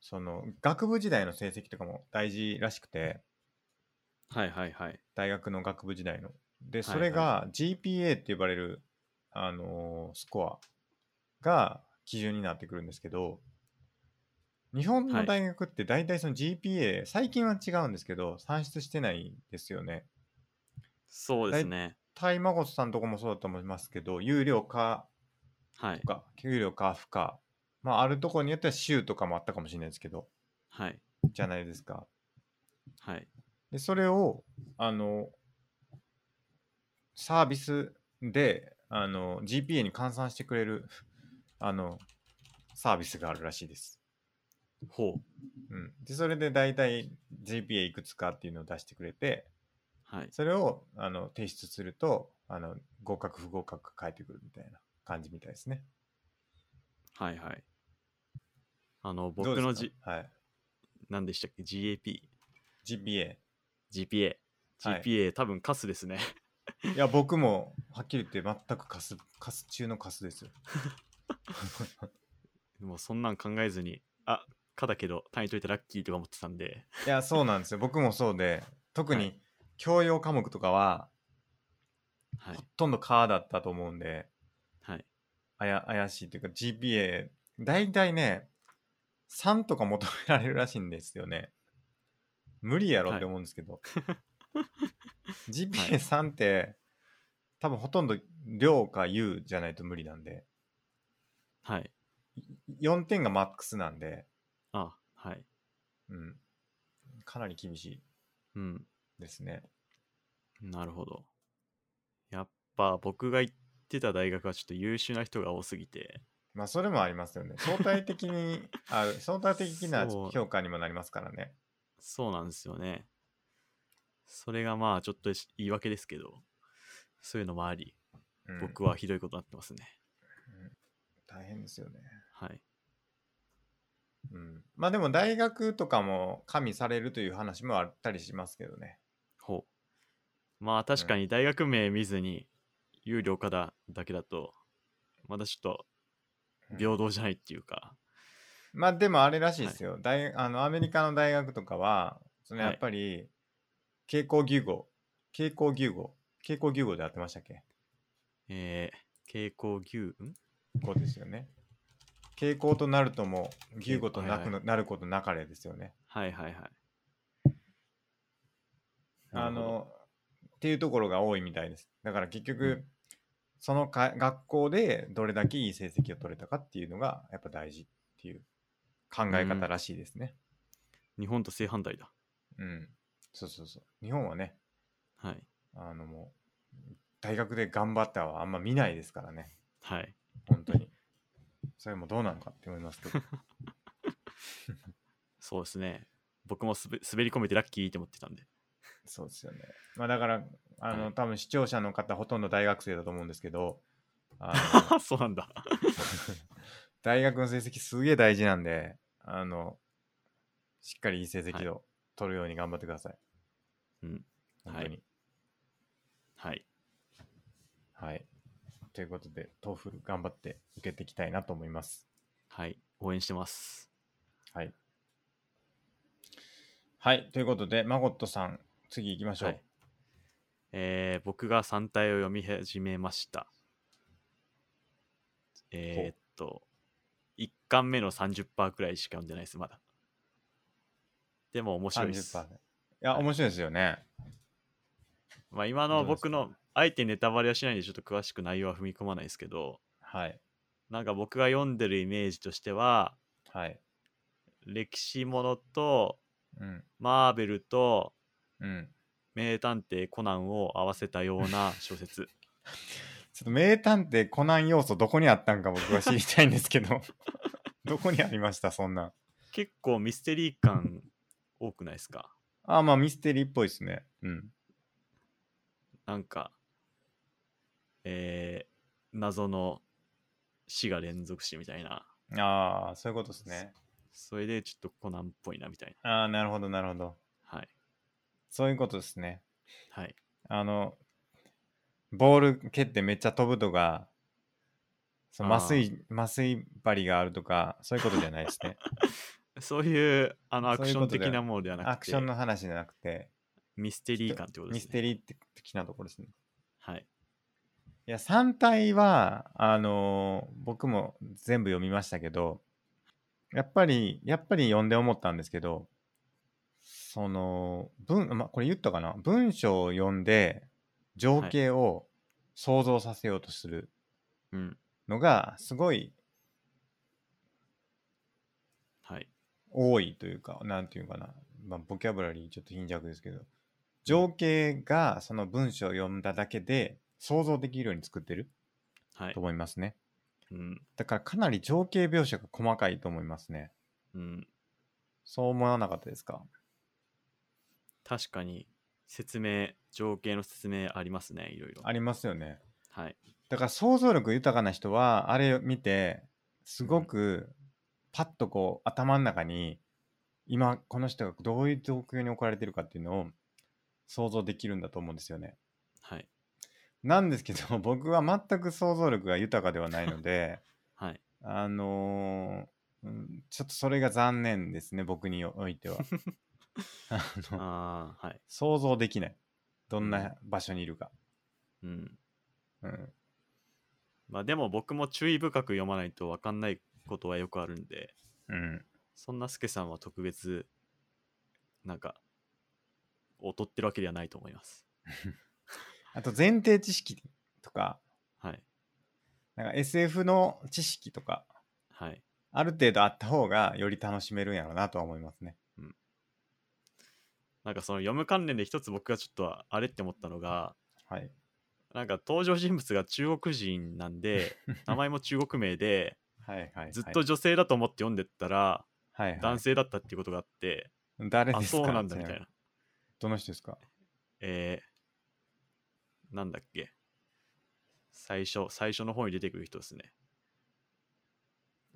Speaker 1: その、学部時代の成績とかも大事らしくて、
Speaker 2: はいはいはい。
Speaker 1: 大学の学部時代の。で、
Speaker 2: いはい
Speaker 1: それが GPA って呼ばれる、あのースコアが基準になってくるんですけど、日本
Speaker 2: は
Speaker 1: の
Speaker 2: い
Speaker 1: 大学って大体その GPA、最近は違うんですけど、算出してないですよね。
Speaker 2: そうですね。
Speaker 1: タイマゴスさんとこもそうだと思いますけど、有料か
Speaker 2: はい
Speaker 1: と。か、給料か不可。まあ、あるところによっては州とかもあったかもしれないですけど、
Speaker 2: はい。
Speaker 1: じゃないですか。
Speaker 2: はい。
Speaker 1: で、それを、あの、サービスで、あの、GPA に換算してくれる、あの、サービスがあるらしいです。
Speaker 2: ほう。
Speaker 1: うん。で、それで大体 GPA いくつかっていうのを出してくれて、
Speaker 2: はい。
Speaker 1: それを、あの、提出すると、あの、合格不合格書いてくるみたいな感じみたいですね。
Speaker 2: はいはい。あの、
Speaker 1: どう
Speaker 2: 僕
Speaker 1: です
Speaker 2: の
Speaker 1: か
Speaker 2: じ、
Speaker 1: はい。
Speaker 2: 何でしたっけ ?GAP。
Speaker 1: GPA。
Speaker 2: GPA。
Speaker 1: はい
Speaker 2: GPA、多分カスですね。
Speaker 1: い や、僕も、はっきり言って全くカス、カス中のカスですよ。
Speaker 2: もうそんなん考えずに、あ、かだけど単位取れたラッキーとか思ってたんで、
Speaker 1: いや、そうなんですよ。僕もそうで、特
Speaker 2: は
Speaker 1: に教養科目とかは、
Speaker 2: はい
Speaker 1: ほ。とんどカーだったと思うんで、
Speaker 2: はい。
Speaker 1: あや怪しいというか GPA、大体ね、3とか求められるらしいんですよね。無理やろって思うんですけど。GPA3 って、多分ほとんど量か U じゃないと無理なんで、
Speaker 2: はい。
Speaker 1: 4点がマックスなんで、
Speaker 2: あ、はい。
Speaker 1: うん、かなり厳し
Speaker 2: うん。
Speaker 1: いですね。
Speaker 2: なるほど。やっぱ僕が行ってた大学はちょっと優秀な人が多すぎて、
Speaker 1: まあ、それもありますよね。相対的 に、あ相対的な
Speaker 2: そう
Speaker 1: 評価にもなりますからね。
Speaker 2: そうなんですよね。それがまあちょっとし言い訳ですけど、そういうのもあり、
Speaker 1: うん、
Speaker 2: 僕はひどいことになってますね。
Speaker 1: 大変ですよね。
Speaker 2: はい。
Speaker 1: うん、まあでも大学とかも加味されるという話もあったりしますけどね。
Speaker 2: ほう。まあ確かに大学名見ずに、有料課だだけだと、まだちょっと
Speaker 1: うん
Speaker 2: 平等じゃないっていうか、
Speaker 1: まあでもあれらしいですよ。大あのアメリカの大学とかは、その
Speaker 2: はい
Speaker 1: やっぱり、蛍光牛語、蛍光牛語、蛍光牛語で合ってましたっけ
Speaker 2: えー、蛍光牛、ん
Speaker 1: こうですよね。蛍光となるとも、牛語となく
Speaker 2: は
Speaker 1: な,、
Speaker 2: い
Speaker 1: なることなかれですよね。
Speaker 2: はいはいはい。
Speaker 1: あ
Speaker 2: なるほど、
Speaker 1: のっていうところが多いみたいです。だから結局、そのか学校でどれだけいい成績を取れたかっていうのがやっぱ大事っていう考え方らしいですね。
Speaker 2: 日本と正反対だ。
Speaker 1: うん、そうそうそう。日本はね、
Speaker 2: はい。
Speaker 1: あのもう大学で頑張ったはあんま見ないですからね、
Speaker 2: はい。
Speaker 1: 本当に。 それもどうなのかって思いますけ ど。
Speaker 2: そうですね。僕もすべ滑り込めてラッキーって思ってたんで。
Speaker 1: そうですよね。まあだから、あの、
Speaker 2: はい
Speaker 1: 多分視聴者の方ほとんど大学生だと思うんですけど、あの
Speaker 2: あそうなんだ。
Speaker 1: 大学の成績すげえ大事なんで、あの、しっかりいい成績を取るように頑張ってください。
Speaker 2: うん。はい
Speaker 1: 本当に。
Speaker 2: はい。
Speaker 1: はい。ということで、トーフル頑張って受けていきたいなと思います。
Speaker 2: はい。応援してます。
Speaker 1: はい。はい。ということで、マゴットさん、次行きましょう。
Speaker 2: はいえー僕が3体を読み始めました。
Speaker 1: ほう
Speaker 2: えーっと、1巻目の30%くらいしか読んでないです、まだ。でも面白いです
Speaker 1: 30%。。いや、面白いですよね。
Speaker 2: まあ、今
Speaker 1: どう
Speaker 2: の
Speaker 1: ですか
Speaker 2: 僕の、あえてネタバレはしないんで、ちょっと詳しく内容は踏み込まないですけど、
Speaker 1: はい。
Speaker 2: なんか僕が読んでるイメージとしては、
Speaker 1: はい。
Speaker 2: 歴史ものと、
Speaker 1: うん。
Speaker 2: マーベルと、
Speaker 1: うん。
Speaker 2: 名探偵コナンを合わせたような小説。
Speaker 1: ちょっと名探偵コナン要素どこにあったんか僕は知りたいんですけ ど、どこにありました、そんなん。
Speaker 2: 結構ミステリー感多くないですか
Speaker 1: あ、まあミステリーっぽいですね。うん。
Speaker 2: なんか、えー、謎の死が連続死みたいな。
Speaker 1: ああ、そういうことですね。
Speaker 2: それでちょっとコナンっぽいなみたい
Speaker 1: ああ、なるほど、なるほど。
Speaker 2: な。はい。
Speaker 1: そういうことですね。
Speaker 2: はい。
Speaker 1: あの、ボール蹴ってめっちゃ飛ぶとか、その
Speaker 2: あー
Speaker 1: 麻酔、麻酔針があるとか、そういうことじゃないですね。
Speaker 2: そういう、あの、ア
Speaker 1: そう
Speaker 2: ク
Speaker 1: いう
Speaker 2: シ
Speaker 1: こ
Speaker 2: ョン
Speaker 1: とで
Speaker 2: 的なもの ではなくて、
Speaker 1: アクションの話じゃなくて、
Speaker 2: ミステリー感ってこと
Speaker 1: ミ
Speaker 2: です
Speaker 1: ス
Speaker 2: ね。
Speaker 1: テリー的なところですね。
Speaker 2: はい。
Speaker 1: いや、3体は、あのー僕も全部読みましたけど、やっぱり、やっぱり読んで思ったんですけど、その、文、まあ、これ言ったかな文章を読んで、情景を想像させようとする
Speaker 2: うん。
Speaker 1: のが、すごい
Speaker 2: はい。
Speaker 1: 多いというか、なんていうかな、まあ、ボキャブラリーちょっと貧弱ですけど、情景がその文章を読んだだけで、想像できるように作ってる
Speaker 2: はい
Speaker 1: と。思いますね。
Speaker 2: うん。
Speaker 1: だからかなり情景描写が細かいと思いますね。
Speaker 2: うん。
Speaker 1: そう思わなかったですか
Speaker 2: 確かに、説明、情景の説明ありますね、いろいろ。
Speaker 1: ありますよね。
Speaker 2: はい。
Speaker 1: だから想像力豊かな人は、あれを見て、すごくパッとこう頭の中に、今この人がどういう状況に置かれてるかっていうのを想像できるんだと思うんですよね。
Speaker 2: はい。
Speaker 1: なんですけど、 僕は全く想像力が豊かではないので、
Speaker 2: はい。
Speaker 1: あのーうんちょっとそれが残念ですね、僕においては。あの
Speaker 2: ああ、はい。
Speaker 1: 想像できない。どん
Speaker 2: う
Speaker 1: なん場所にいるか。
Speaker 2: うん。
Speaker 1: うん。
Speaker 2: まあでも僕も注意深く読まないと分かんないことはよくあるんで、
Speaker 1: うん。
Speaker 2: そんなスケさんは特別、なんか、劣ってるわけではないと思います。
Speaker 1: あと、前提知識とか、
Speaker 2: はい。
Speaker 1: なんか SF の知識とか、
Speaker 2: はい。
Speaker 1: ある程度あった方がより楽しめるんやろうなとは思いますね。
Speaker 2: なんかその読む関連で一つ僕がちょっとあれって思ったのが、
Speaker 1: はい。
Speaker 2: なんか登場人物が中国人な んで、名前も中国名で、
Speaker 1: はいはいはい。
Speaker 2: ずっと女性だと思って読んでったら、
Speaker 1: はいはい、
Speaker 2: 男性だったっていうことがあって、
Speaker 1: 誰
Speaker 2: あ、
Speaker 1: ですか
Speaker 2: そうなんだみたい
Speaker 1: ちみに
Speaker 2: な。
Speaker 1: どの人ですか
Speaker 2: えー、なんだっけ。最初、最初の方に出てくる人ですね。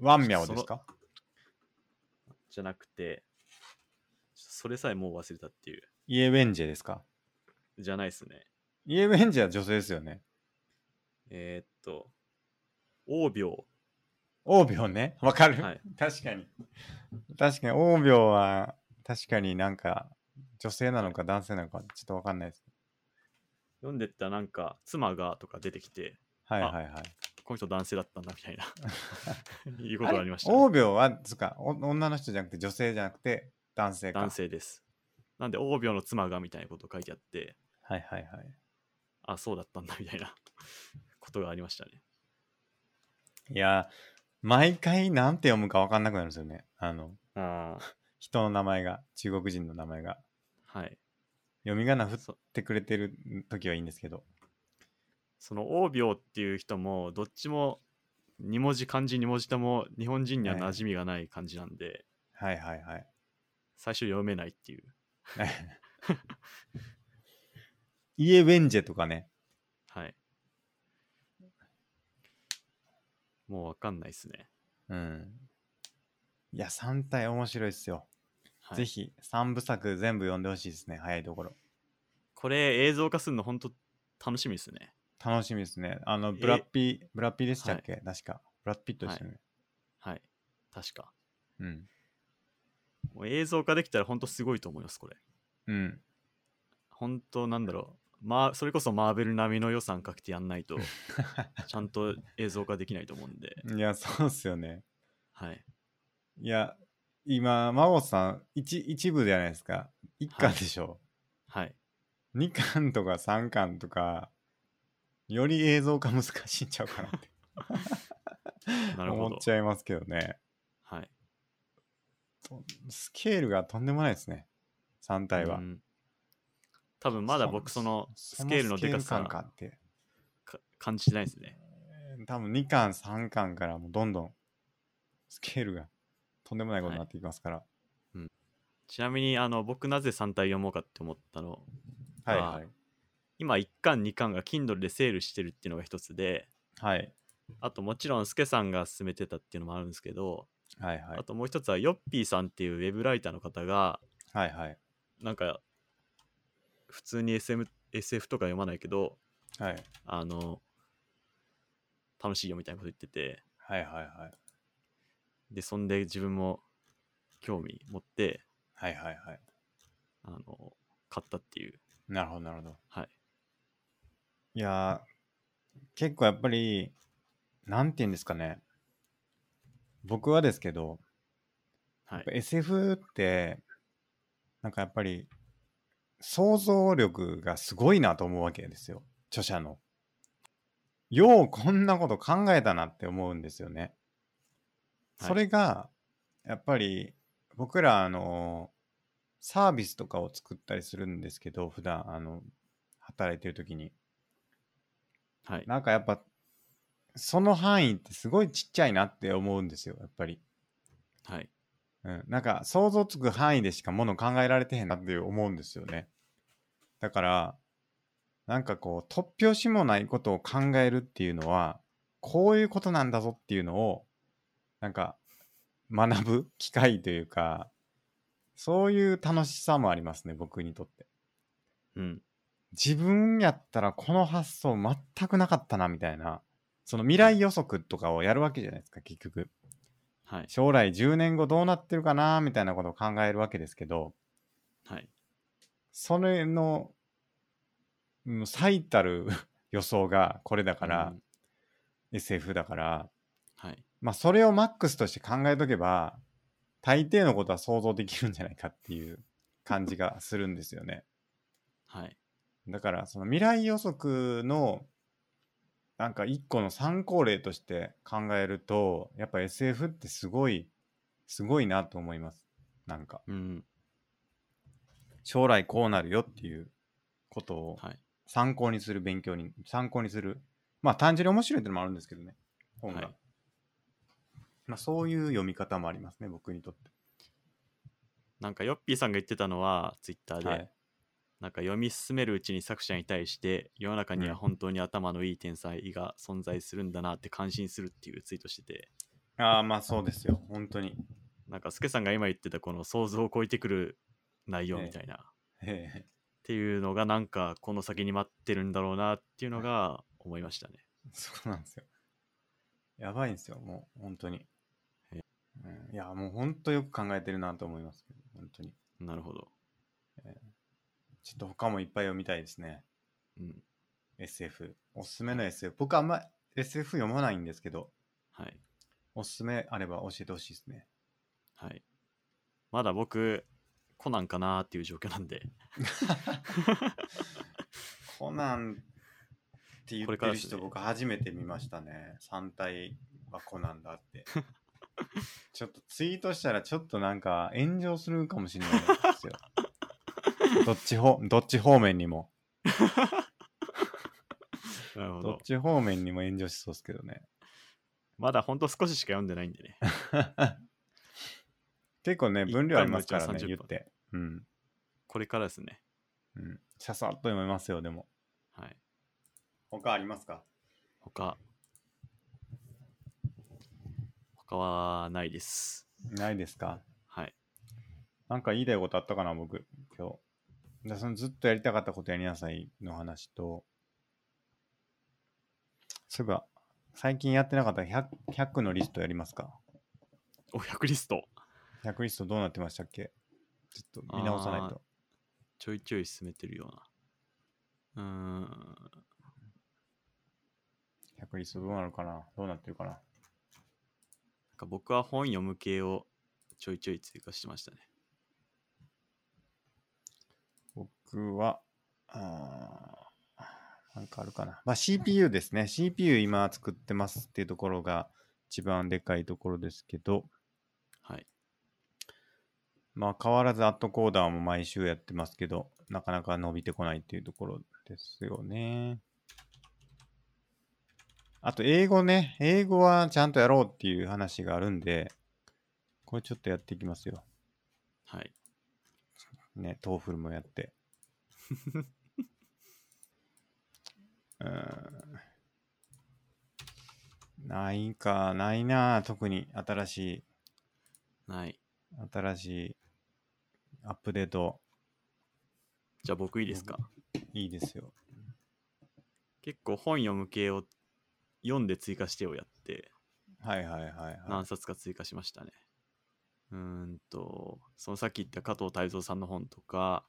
Speaker 1: ワンミャオですか
Speaker 2: じゃなくて、それさえもう忘れたっていう。
Speaker 1: イエウェンジェですか
Speaker 2: じゃないですね。
Speaker 1: イエウェンジェは女性ですよね。
Speaker 2: えーっと、王病。
Speaker 1: 王病ね。わかる、
Speaker 2: はい
Speaker 1: 確かに。確かに、王病は確かになんか女性なのか男性なのかちょっとわかんないです。
Speaker 2: 読んでったらなんか、妻がとか出てきて、
Speaker 1: はい
Speaker 2: あ
Speaker 1: はいはい。
Speaker 2: この人男性だったんだみたいな、いうことがありましたね、
Speaker 1: 王病は、つうか、お女の人じゃなくて女性じゃなくて男性か。
Speaker 2: 男。性です。なんで、王病の妻がみたいなこと書いてあって、
Speaker 1: はいはいはい。
Speaker 2: あ、そうだったんだみたいなことがありましたね。
Speaker 1: いやー、毎回なんて読むかわかんなくなるんですよね。あの、
Speaker 2: あ
Speaker 1: 人の名前が、中国人の名前が。
Speaker 2: あ。はい。
Speaker 1: 読み仮名振っ
Speaker 2: そ
Speaker 1: てくれてる時はいいんですけど。
Speaker 2: その王病っていう人も、どっちも2文字、漢字2文字とも日本人には馴染みがない感じなんで、
Speaker 1: はいはい はい。
Speaker 2: 最初読めないっていう。
Speaker 1: イエウェンジェとかね。
Speaker 2: はい。もうわかんないですね。
Speaker 1: うん。いや、3体面白いっすよ。
Speaker 2: はい
Speaker 1: ぜひ、3部作全部読んでほしいですね。早いところ。
Speaker 2: これ映像化するの本当楽しみですね。
Speaker 1: 楽しみですね。あの、
Speaker 2: え
Speaker 1: ブラッピー、ブラッピーでしたっけ、確か。ブラッピットですよね。
Speaker 2: はい。確か。
Speaker 1: うん。
Speaker 2: もう映像化できたら本当すごいと思います、これ。
Speaker 1: うん。
Speaker 2: 本当なんだろう。まあ、それこそマーベル並みの予算かけてやんな いと、ちゃんと映像化できないと思うんで。
Speaker 1: いや、 そうっすよね。
Speaker 2: はい。
Speaker 1: いや、今、真央さん、一一部じゃないですか。1巻でしょ。
Speaker 2: はい。
Speaker 1: 2巻とか3巻とか、より映像化難しいんちゃうかなって
Speaker 2: なるほど
Speaker 1: 思っちゃいますけどね。
Speaker 2: はい。
Speaker 1: スケールがとんでもないですね。3体は
Speaker 2: う。ん多分まだ僕そのスケールのでか
Speaker 1: そ
Speaker 2: さ
Speaker 1: のスケール感かって。
Speaker 2: か感じてないですね。
Speaker 1: えー多分2巻、3巻からもうどんどんスケールがとんでもないことになっていきますから。
Speaker 2: ちなみにあの僕なぜ3体読もうかって思ったの
Speaker 1: はい
Speaker 2: い
Speaker 1: はい。
Speaker 2: 今1巻2巻が Kindle でセールしてるっていうのが一つで
Speaker 1: はい。
Speaker 2: あともちろんスケさんが勧めてたっていうのもあるんですけど、
Speaker 1: はいはい
Speaker 2: あ。ともう一つはヨッピーさんっていうウェブライターの方が
Speaker 1: はいはい。
Speaker 2: なんか普通に SM SF とか読まないけど
Speaker 1: はい
Speaker 2: あの楽しいよみたいなこと言ってて
Speaker 1: はいはいはい。
Speaker 2: でそんで自分も興味持って
Speaker 1: はいはいはい。
Speaker 2: あの買ったっていう
Speaker 1: なるほどなるほど。
Speaker 2: はい
Speaker 1: いやー、結構やっぱり、なんて言うんですかね。僕はですけど、
Speaker 2: は
Speaker 1: やっぱ
Speaker 2: い
Speaker 1: SF って、なんかやっぱり、想像力がすごいなと思うわけですよ。著者の。ようこんなこと考えたなって思うんですよね。
Speaker 2: はい
Speaker 1: それが、やっぱり、僕ら、あの、サービスとかを作ったりするんですけど、普段、あの、働いてる時に。
Speaker 2: はい
Speaker 1: なんかやっぱ、その範囲ってすごいちっちゃいなって思うんですよ、やっぱり。
Speaker 2: はい
Speaker 1: うん、なんか想像つく範囲でしかもの考えられてへんなって思うんですよね。だから、なんかこう、突拍子もないことを考えるっていうのは、こういうことなんだぞっていうのを、なんか、学ぶ機会というか、そういう楽しさもありますね、僕にとって。
Speaker 2: うん
Speaker 1: 自分やったらこの発想全くなかったな、みたいな。その未来予測とかをやるわけじゃないですか、結局。
Speaker 2: はい
Speaker 1: 将来10年後どうなってるかなみたいなことを考えるわけですけど
Speaker 2: はい
Speaker 1: それのうん最たる 予想がこれだから
Speaker 2: う、ん
Speaker 1: SF だから
Speaker 2: はい
Speaker 1: まあそれをマックスとして考えとけば大抵のことは想像できるんじゃないかっていう感じがするん ですよね
Speaker 2: はい
Speaker 1: だからその未来予測のなんか一個の参考例として考えるとやっぱ SF ってすごいすごいなと思いますなんか
Speaker 2: うん。
Speaker 1: 将来こうなるよっていうことを
Speaker 2: はい。
Speaker 1: 参考にする勉強に参考にするまあ単純に面白いってのもあるんですけどね本が、
Speaker 2: はい
Speaker 1: まあ、そういう読み方もありますね僕にとって
Speaker 2: なんかヨッピーさんが言ってたのは、ツイッターで、
Speaker 1: はい
Speaker 2: なんか読み進めるうちに作者に対して、世の中には本当に頭のいい天才が存在するんだなって感心するっていうツイートしてて、
Speaker 1: ああまあそうですよ本当に
Speaker 2: なんかスケさんが今言ってたこの想像を超えてくる内容みたいな、っ
Speaker 1: ええ
Speaker 2: ていうのがなんかこの先に待ってるんだろうなっていうのが思いましたね。
Speaker 1: そうなんですよ。やばいんですよ、もう、本当に。
Speaker 2: え
Speaker 1: うん、いや、もう本当よく考えてるなと思いますけど、本当に。
Speaker 2: なるほど。
Speaker 1: ちょっと他もいっぱい読みたいですね。
Speaker 2: うん。
Speaker 1: SF。おすすめの SF。僕あんま SF 読まないんですけど、
Speaker 2: はい。
Speaker 1: おすすめあれば教えてほしいですね。
Speaker 2: はい。まだ僕、コナンかなーっていう状況なんで、
Speaker 1: コナンって言
Speaker 2: こ
Speaker 1: っ
Speaker 2: れ
Speaker 1: て
Speaker 2: から
Speaker 1: る
Speaker 2: です
Speaker 1: 人、
Speaker 2: ね
Speaker 1: 僕初めて見ましたね。3体はコナンだ って。ちょっとツイートしたらちょっとなんか炎上するかもしれないですよ。どっちほどっち方面にも。
Speaker 2: なるほ
Speaker 1: どっ
Speaker 2: ど。
Speaker 1: ち方面にも炎上しそうですけど ね。
Speaker 2: まだほんと少ししか読んでないんでね。
Speaker 1: 結構ね、
Speaker 2: 一
Speaker 1: 分量ありますから
Speaker 2: 回のう
Speaker 1: ね、
Speaker 2: ちは30
Speaker 1: 言って。うん。
Speaker 2: これからですね。
Speaker 1: うん。ささっと読めますよ、でも。
Speaker 2: はい。
Speaker 1: 他ありますか
Speaker 2: 他。他はないです。
Speaker 1: ないですか
Speaker 2: はい。
Speaker 1: なんか言いたいことあったかな、僕、今日。でそのずっとやりたかったことやりなさいの話と、そういえば、最近やってなかった 100, 100のリストやりますか
Speaker 2: お、100リスト。
Speaker 1: ?100 リストどうなってましたっけちょっと見直さないと。
Speaker 2: ちょいちょい進めてるような。うーん。
Speaker 1: 100リストどうなるかなどうなってるかな
Speaker 2: なんか僕は本読む系をちょいちょい追加してましたね。
Speaker 1: 僕は、あーなんかあるかな。まあ、CPU ですね。CPU 今作ってますっていうところが一番でかいところですけど、
Speaker 2: はい。
Speaker 1: まあ変わらずアットコーダーも毎週やってますけど、なかなか伸びてこないっていうところですよね。あと英語ね、英語はちゃんとやろうっていう話があるんで、これちょっとやっていきますよ。
Speaker 2: はい。
Speaker 1: ね、トーフルもやって。 うーん。ないか、ないなあ、特に新しい、
Speaker 2: ない。
Speaker 1: 新しいアップデート、
Speaker 2: じゃあ僕いいですか。
Speaker 1: いいですよ。
Speaker 2: 結構本読む系を読んで追加してをやって、
Speaker 1: はいはいはい、はい。
Speaker 2: 何冊か追加しましたね。うーんと、そのさっき言った加藤泰造さんの本とか、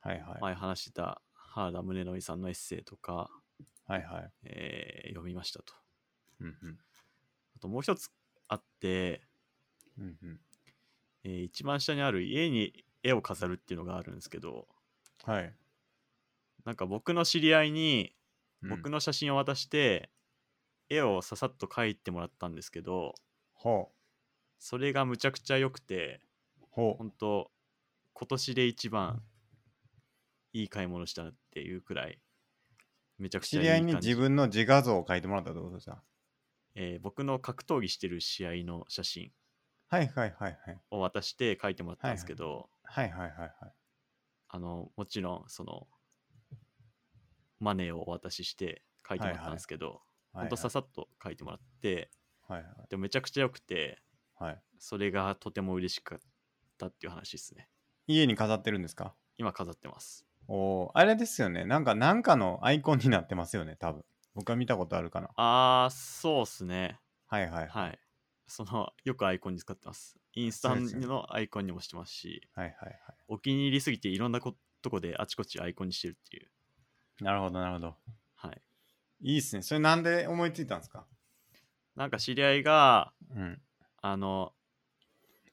Speaker 1: はいはい。
Speaker 2: 前話してた原田宗則さんのエッセイとか、
Speaker 1: はいはい。
Speaker 2: えー読みましたと。
Speaker 1: うんうん。
Speaker 2: あともう一つあって、
Speaker 1: うんうん。
Speaker 2: えー一番下にある家に絵を飾るっていうのがあるんですけど、
Speaker 1: はい。
Speaker 2: なんか僕の知り合いに
Speaker 1: うん
Speaker 2: 僕の写真を渡して、絵をささっと描いてもらったんですけど、
Speaker 1: ほ
Speaker 2: それがむちゃくちゃ良くて、
Speaker 1: う。ほう。
Speaker 2: 本当今年で一番いい買い物したなっていうくらいめちゃくち
Speaker 1: 知
Speaker 2: ゃいい
Speaker 1: り合い
Speaker 2: 感じ
Speaker 1: に自分の自画像を描いてもらったってことさ。
Speaker 2: えー僕の格闘技してる試合の写真
Speaker 1: はいはいはいはい。
Speaker 2: を渡して書いてもらったんですけど、
Speaker 1: はいはいはいはい。
Speaker 2: あのもちろんそのマネーをお渡しして書いてもらったんですけど、
Speaker 1: はい
Speaker 2: ほんとささっと書いてもらって
Speaker 1: はいはい
Speaker 2: でもめちゃくちゃ良くて
Speaker 1: はい。
Speaker 2: それがとても嬉しかったっていう話ですね
Speaker 1: 家に飾ってるんですか
Speaker 2: 今飾ってます
Speaker 1: おーあれですよね。なんか、なんかのアイコンになってますよね、多分。僕は見たことあるかな。
Speaker 2: あーそうっすね
Speaker 1: はいはい。はい
Speaker 2: はい。その、よくアイコンに使ってます。インスタ
Speaker 1: そうですよね
Speaker 2: のアイコンにもしてますし、
Speaker 1: はいは
Speaker 2: お気に入りすぎていろんなことこであちこちアイコンにしてるっていう。
Speaker 1: い。なるほど、なるほど。
Speaker 2: はい。
Speaker 1: いいっすね。それなんで思いついたんですか
Speaker 2: なんか知り合いが、
Speaker 1: うん。
Speaker 2: あの、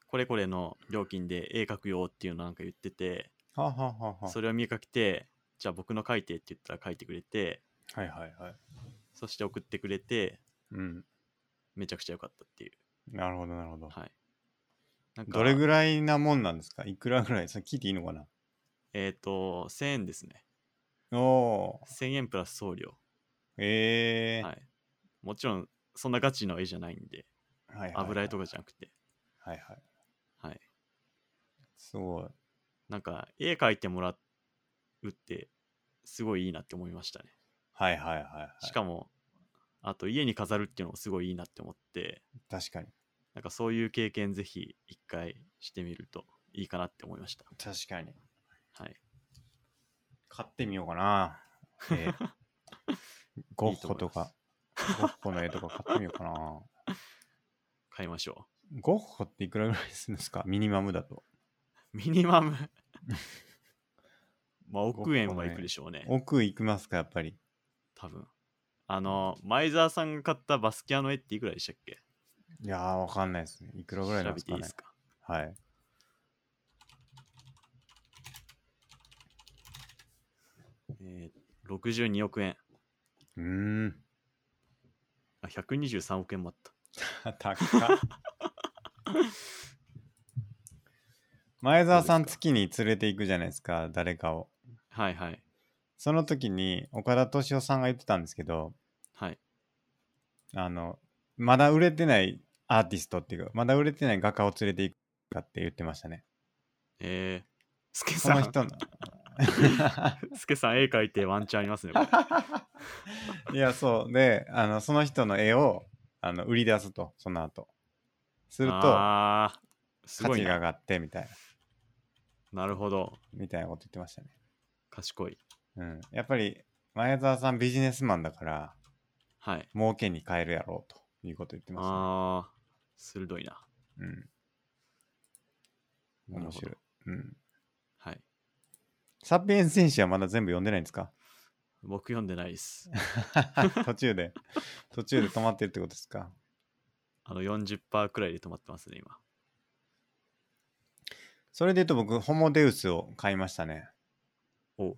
Speaker 2: これこれの料金で絵描くよっていうのなんか言ってて、
Speaker 1: はあ、はあはあはあ
Speaker 2: それを見かけて、じゃあ僕の描いてって言ったら描いてくれて、
Speaker 1: はいはいはい。
Speaker 2: そして送ってくれて、
Speaker 1: うん。
Speaker 2: めちゃくちゃ良かったっていう。
Speaker 1: なるほど、なるほど。
Speaker 2: はい。なんか、
Speaker 1: どれぐらいなもんなんですかいくらぐらいそれ聞いていいのかな
Speaker 2: えっ、と、1000円ですね。
Speaker 1: おー。
Speaker 2: 1000円プラス送料。
Speaker 1: えー。
Speaker 2: はい。もちろん、そんなガチの絵じゃないんで、
Speaker 1: はいはい
Speaker 2: 油絵とかじゃなくて。
Speaker 1: はいはい。
Speaker 2: はい。
Speaker 1: すごい。
Speaker 2: なんか、絵描いてもらうって、すごいいいなって思いましたね。
Speaker 1: はいはいはい、はい。
Speaker 2: しかも、あと家に飾るっていうのもすごいいいなって思って、
Speaker 1: 確かに。
Speaker 2: なんかそういう経験ぜひ一回してみるといいかなって思いました。
Speaker 1: 確かに。
Speaker 2: はい。
Speaker 1: 買ってみようかな。 えーゴッホと
Speaker 2: いい
Speaker 1: か
Speaker 2: と、
Speaker 1: ゴッホの絵とか買ってみようかな。
Speaker 2: 買いましょ
Speaker 1: ゴッホっていくらぐらいするんですかミニマムだと。
Speaker 2: う。 ミニマ ムまあ、億円
Speaker 1: 僕も
Speaker 2: は
Speaker 1: ね
Speaker 2: いくでしょうね。
Speaker 1: 奥行きますか、やっぱり。
Speaker 2: 多分。あの、前澤さんが買ったバスキアの絵っていくらでしたっけ
Speaker 1: いやー、わかんないですね。いくらぐらいなんで
Speaker 2: 調べ
Speaker 1: す
Speaker 2: て
Speaker 1: か
Speaker 2: いい
Speaker 1: ね
Speaker 2: ですか
Speaker 1: はい。
Speaker 2: えー、62億円。
Speaker 1: うーん。
Speaker 2: あ、123億円もあった。
Speaker 1: 高っ。前澤さん月に連れて行くじゃないですか、誰かを。
Speaker 2: はいはい。
Speaker 1: その時に、岡田敏夫さんが言ってたんですけど、
Speaker 2: はい。
Speaker 1: あの、まだ売れてないアーティストっていうか、まだ売れてない画家を連れて行くかって言ってましたね。
Speaker 2: えー、スケ
Speaker 1: そ
Speaker 2: さ
Speaker 1: の
Speaker 2: ん、
Speaker 1: 人の。
Speaker 2: スケさん絵描いてワンチャンありま すね。これ
Speaker 1: いや、そう。で、あの、その人の絵を、あの、売り出すと、その後。すると、価
Speaker 2: ああ、すごい
Speaker 1: 値が上
Speaker 2: な。
Speaker 1: がって、みたいな、
Speaker 2: なるほど。
Speaker 1: みたいなこと言ってましたね。
Speaker 2: 賢い。
Speaker 1: うん。やっぱり、前澤さんビジネスマンだから、
Speaker 2: はい。
Speaker 1: 儲けに変えるやろう、ということ言ってま
Speaker 2: ああ、鋭いな。
Speaker 1: すね。うん。
Speaker 2: なる
Speaker 1: 面
Speaker 2: ほど
Speaker 1: 白い。うん。
Speaker 2: はい。
Speaker 1: サピエンス選手はまだ全部読んでないんですか
Speaker 2: 僕読んでないです。
Speaker 1: 途中で、途中で止まってるってことですか
Speaker 2: あの40%くらいで止まってますね、今。
Speaker 1: それで言うと僕、ホモデウスを買いましたね。
Speaker 2: おう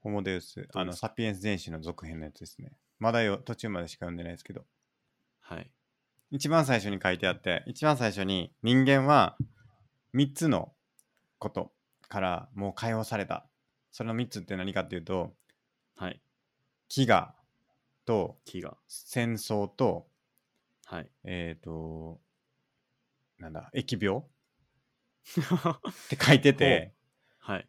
Speaker 1: ホモデウス、あの、
Speaker 2: です
Speaker 1: サピエンス全史の続編のやつですね。まだよ、途中までしか読んでないですけど。
Speaker 2: はい。
Speaker 1: 一番最初に書いてあって、一番最初に人間は3つのことからもう解放された。それの3つって何かっていうと、
Speaker 2: はい。
Speaker 1: 飢餓と
Speaker 2: 木が。
Speaker 1: 戦争と、
Speaker 2: はい。
Speaker 1: えっ、と、なんだ、疫病って書いてて、
Speaker 2: はい。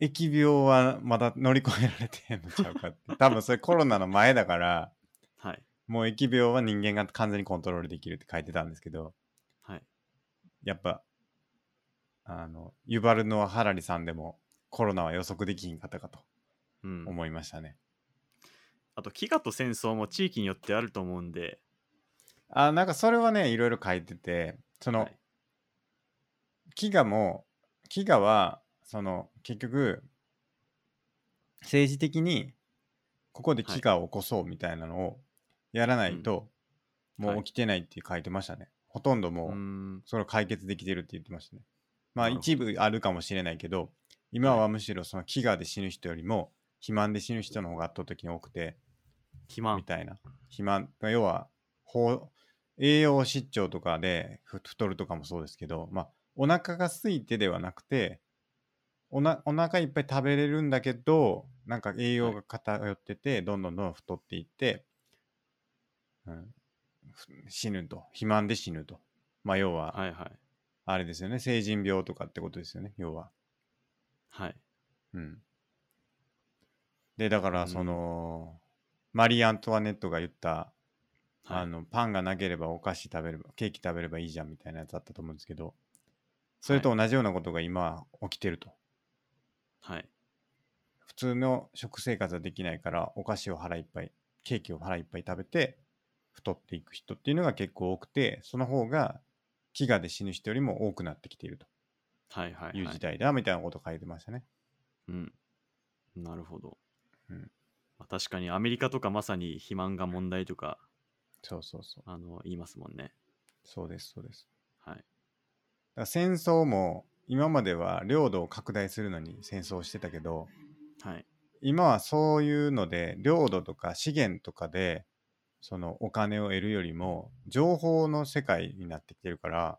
Speaker 1: 疫病はまだ乗り越えられてへんのちゃうかって。多分それコロナの前だから、
Speaker 2: はい。
Speaker 1: もう疫病は人間が完全にコントロールできるって書いてたんですけど、
Speaker 2: はい。
Speaker 1: やっぱ、あの、ユバルノア・ハラリさんでもコロナは予測できひんかったかと
Speaker 2: うん。
Speaker 1: 思いましたね。
Speaker 2: あと、飢餓と戦争も地域によってあると思うんで、
Speaker 1: あ、なんかそれはね、いろいろ書いてて、その、
Speaker 2: はい
Speaker 1: 飢餓も、飢餓は、その、結局、政治的に、ここで
Speaker 2: はい
Speaker 1: 飢餓を起こそうみたいなのをやらないと、
Speaker 2: うん
Speaker 1: もう起きてないって書いてましたね。ほとんど
Speaker 2: うー
Speaker 1: もう、
Speaker 2: ん。
Speaker 1: それを解決できてるって言ってましたね。まあ、
Speaker 2: なるほど
Speaker 1: 一部あるかもしれないけど、今はむしろその飢餓で死ぬ人よりも、肥満で死ぬ人の方が圧倒的に多くて、
Speaker 2: 肥満
Speaker 1: み。たいな。肥満、まあ要は、ほう栄養失調とかでふ太るとかもそうですけど、まあ、お腹が空いてではなくて、おなお腹いっぱい食べれるんだけど、なんか栄養が偏ってて、どんどんどんどん太っていって、うん、ふ死ぬと。肥満で死ぬと。まあ、要は、
Speaker 2: はいはい。
Speaker 1: あれですよね。成人病とかってことですよね、要は。
Speaker 2: はい。
Speaker 1: うん。で、だか
Speaker 2: う
Speaker 1: ら、
Speaker 2: ん
Speaker 1: その、マリー・アントワネットが言った、
Speaker 2: はい
Speaker 1: あのパンがなければお菓子食べればケーキ食べればいいじゃんみたいなやつあったと思うんですけどそれと同じようなことが今は起きてると、
Speaker 2: はい。
Speaker 1: 普通の食生活はできないからお菓子を腹いっぱいケーキを腹いっぱい食べて太っていく人っていうのが結構多くてその方が飢餓で死ぬ人よりも多くなってきていると
Speaker 2: はいはい、はい。
Speaker 1: いう時代だみたいなこと書いてましたね、
Speaker 2: うん。なるほど。
Speaker 1: うん
Speaker 2: まあ、確かにアメリカとかまさに肥満が問題とか、
Speaker 1: そうそうそう
Speaker 2: あの、言いますもんね。
Speaker 1: そうですそうです
Speaker 2: はい。
Speaker 1: だから戦争も今までは領土を拡大するのに戦争をしてたけど、
Speaker 2: はい。
Speaker 1: 今はそういうので領土とか資源とかでそのお金を得るよりも情報の世界になってきてるから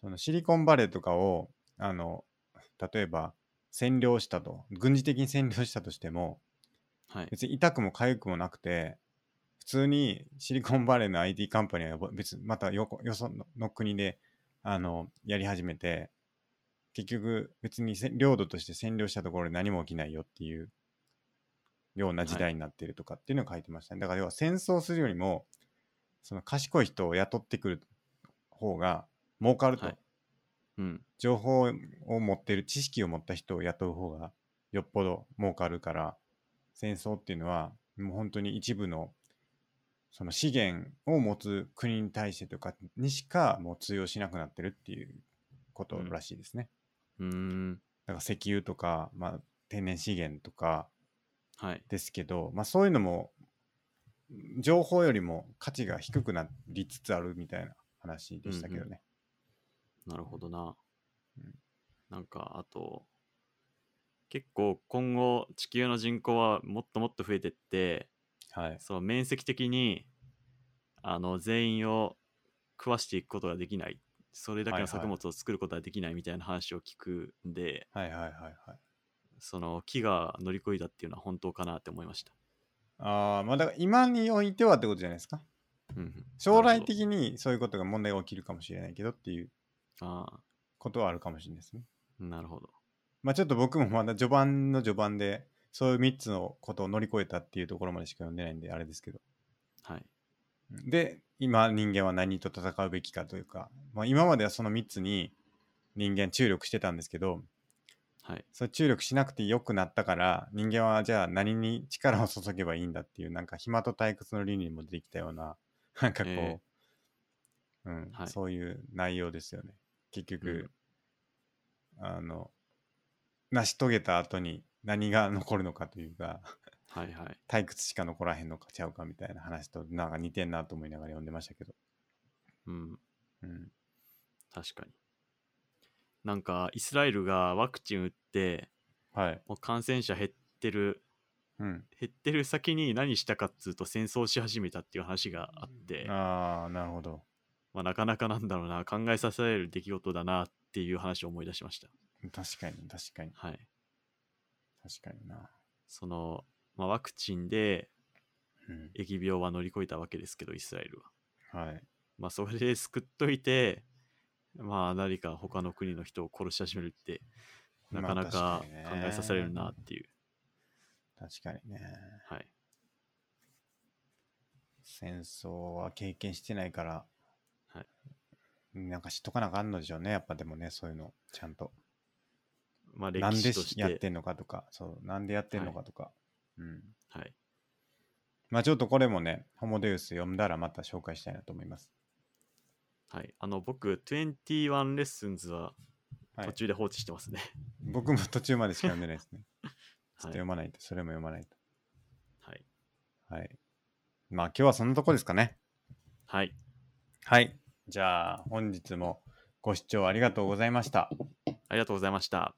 Speaker 1: そのシリコンバレーとかをあの例えば占領したと軍事的に占領したとしても
Speaker 2: はい。
Speaker 1: 別に痛くも痒くもなくて普通にシリコンバレーの IT カンパニーは別にまたよこよその国であのやり始めて結局別にせ領土として占領したところで何も起きないよっていうような時代になっているとかっていうのを書いてましたね、だから要は戦争するよりもその賢い人を雇ってくる方が儲かると、
Speaker 2: はいうん。
Speaker 1: 情報を持ってる知識を持った人を雇う方がよっぽど儲かるから戦争っていうのはもう本当に一部のその資源を持つ国に対してとかにしかもう通用しなくなってるっていうことらしいですね。
Speaker 2: うーん。
Speaker 1: だから石油とか、まあ、天然資源とか
Speaker 2: はい。
Speaker 1: ですけど、まあ、そういうのも情報よりも価値が低くなりつつあるみたいな話でしたけどね。
Speaker 2: なるほどな
Speaker 1: うん。
Speaker 2: なんか、あと、結構今後地球の人口はもっともっと増えてって、
Speaker 1: はい、
Speaker 2: その面積的にあの全員を食わしていくことができないそれだけの
Speaker 1: は
Speaker 2: 作
Speaker 1: いはい
Speaker 2: 物を作ることはできないみたいな話を聞くんで、
Speaker 1: はいはいはいはい。
Speaker 2: その木が乗り越えたっていうのは本当かなって思いました、
Speaker 1: ああ、まあだから今においてはってことじゃないですか。
Speaker 2: うんうん
Speaker 1: 将来的にそういうことが問題が起きるかもしれないけどっていう
Speaker 2: ああ
Speaker 1: ことはあるかもしれないですね。
Speaker 2: なるほど
Speaker 1: まあちょっと僕もまだ序盤の序盤でそういう3つのことを乗り越えたっていうところまでしか読んでないんであれですけど。
Speaker 2: はい
Speaker 1: で、今人間は何と戦うべきかというか、まあ今まではその3つに人間注力してたんですけど、
Speaker 2: はい
Speaker 1: それ注力しなくて良くなったから人間はじゃあ何に力を注げばいいんだっていうなんか暇と退屈の倫理も出てきたような なんかこう、
Speaker 2: え
Speaker 1: うん
Speaker 2: はい
Speaker 1: そういう内容ですよね結局、あの成し遂げた後に何が残るのかというか
Speaker 2: はいはい
Speaker 1: 退屈しか残らへんのかちゃうかみたいな話となんか似てんなと思いながら読んでましたけど、
Speaker 2: うん
Speaker 1: うん、
Speaker 2: 確かになんかイスラエルがワクチン打って
Speaker 1: はい、
Speaker 2: もう感染者減ってる
Speaker 1: うん、
Speaker 2: 減ってる先に何したかっつうと戦争し始めたっていう話があって、
Speaker 1: ああなるほど
Speaker 2: まあ、なかなかなんだろうな考えさせられる出来事だなっていう話を思い出しました
Speaker 1: 確かに確かに
Speaker 2: はい
Speaker 1: 確かにな、
Speaker 2: その、まあ、ワクチンで
Speaker 1: うん、
Speaker 2: 疫病は乗り越えたわけですけどイスラエルは
Speaker 1: はい
Speaker 2: まあそれで救っといてまあ何か他の国の人を殺し始めるってなかな
Speaker 1: まあ
Speaker 2: か考
Speaker 1: 確にね
Speaker 2: えさせられるなっていう、
Speaker 1: 確かにね
Speaker 2: はい
Speaker 1: 戦争は経験してないから、
Speaker 2: はい
Speaker 1: なんか知っとかなあかんのでしょうねやっぱでもねそういうのちゃんと
Speaker 2: まあ歴
Speaker 1: なん
Speaker 2: 史
Speaker 1: で
Speaker 2: として
Speaker 1: やってんのかとかそうなんでやってんのかとか、うん
Speaker 2: はい
Speaker 1: まあちょっとこれもねホモデウス読んだらまた紹介したいなと思います
Speaker 2: はいあの僕21レッスンズは
Speaker 1: はい
Speaker 2: 途中で放置してますね、
Speaker 1: 僕も途中までしか読んでないですねちょ っ
Speaker 2: はい
Speaker 1: と読まないと、それも読まない
Speaker 2: はい、
Speaker 1: とはいまあ今日はそんなとこですかね
Speaker 2: はい、
Speaker 1: はいじゃあ本日もご視聴ありがとうございました
Speaker 2: ありがとうございました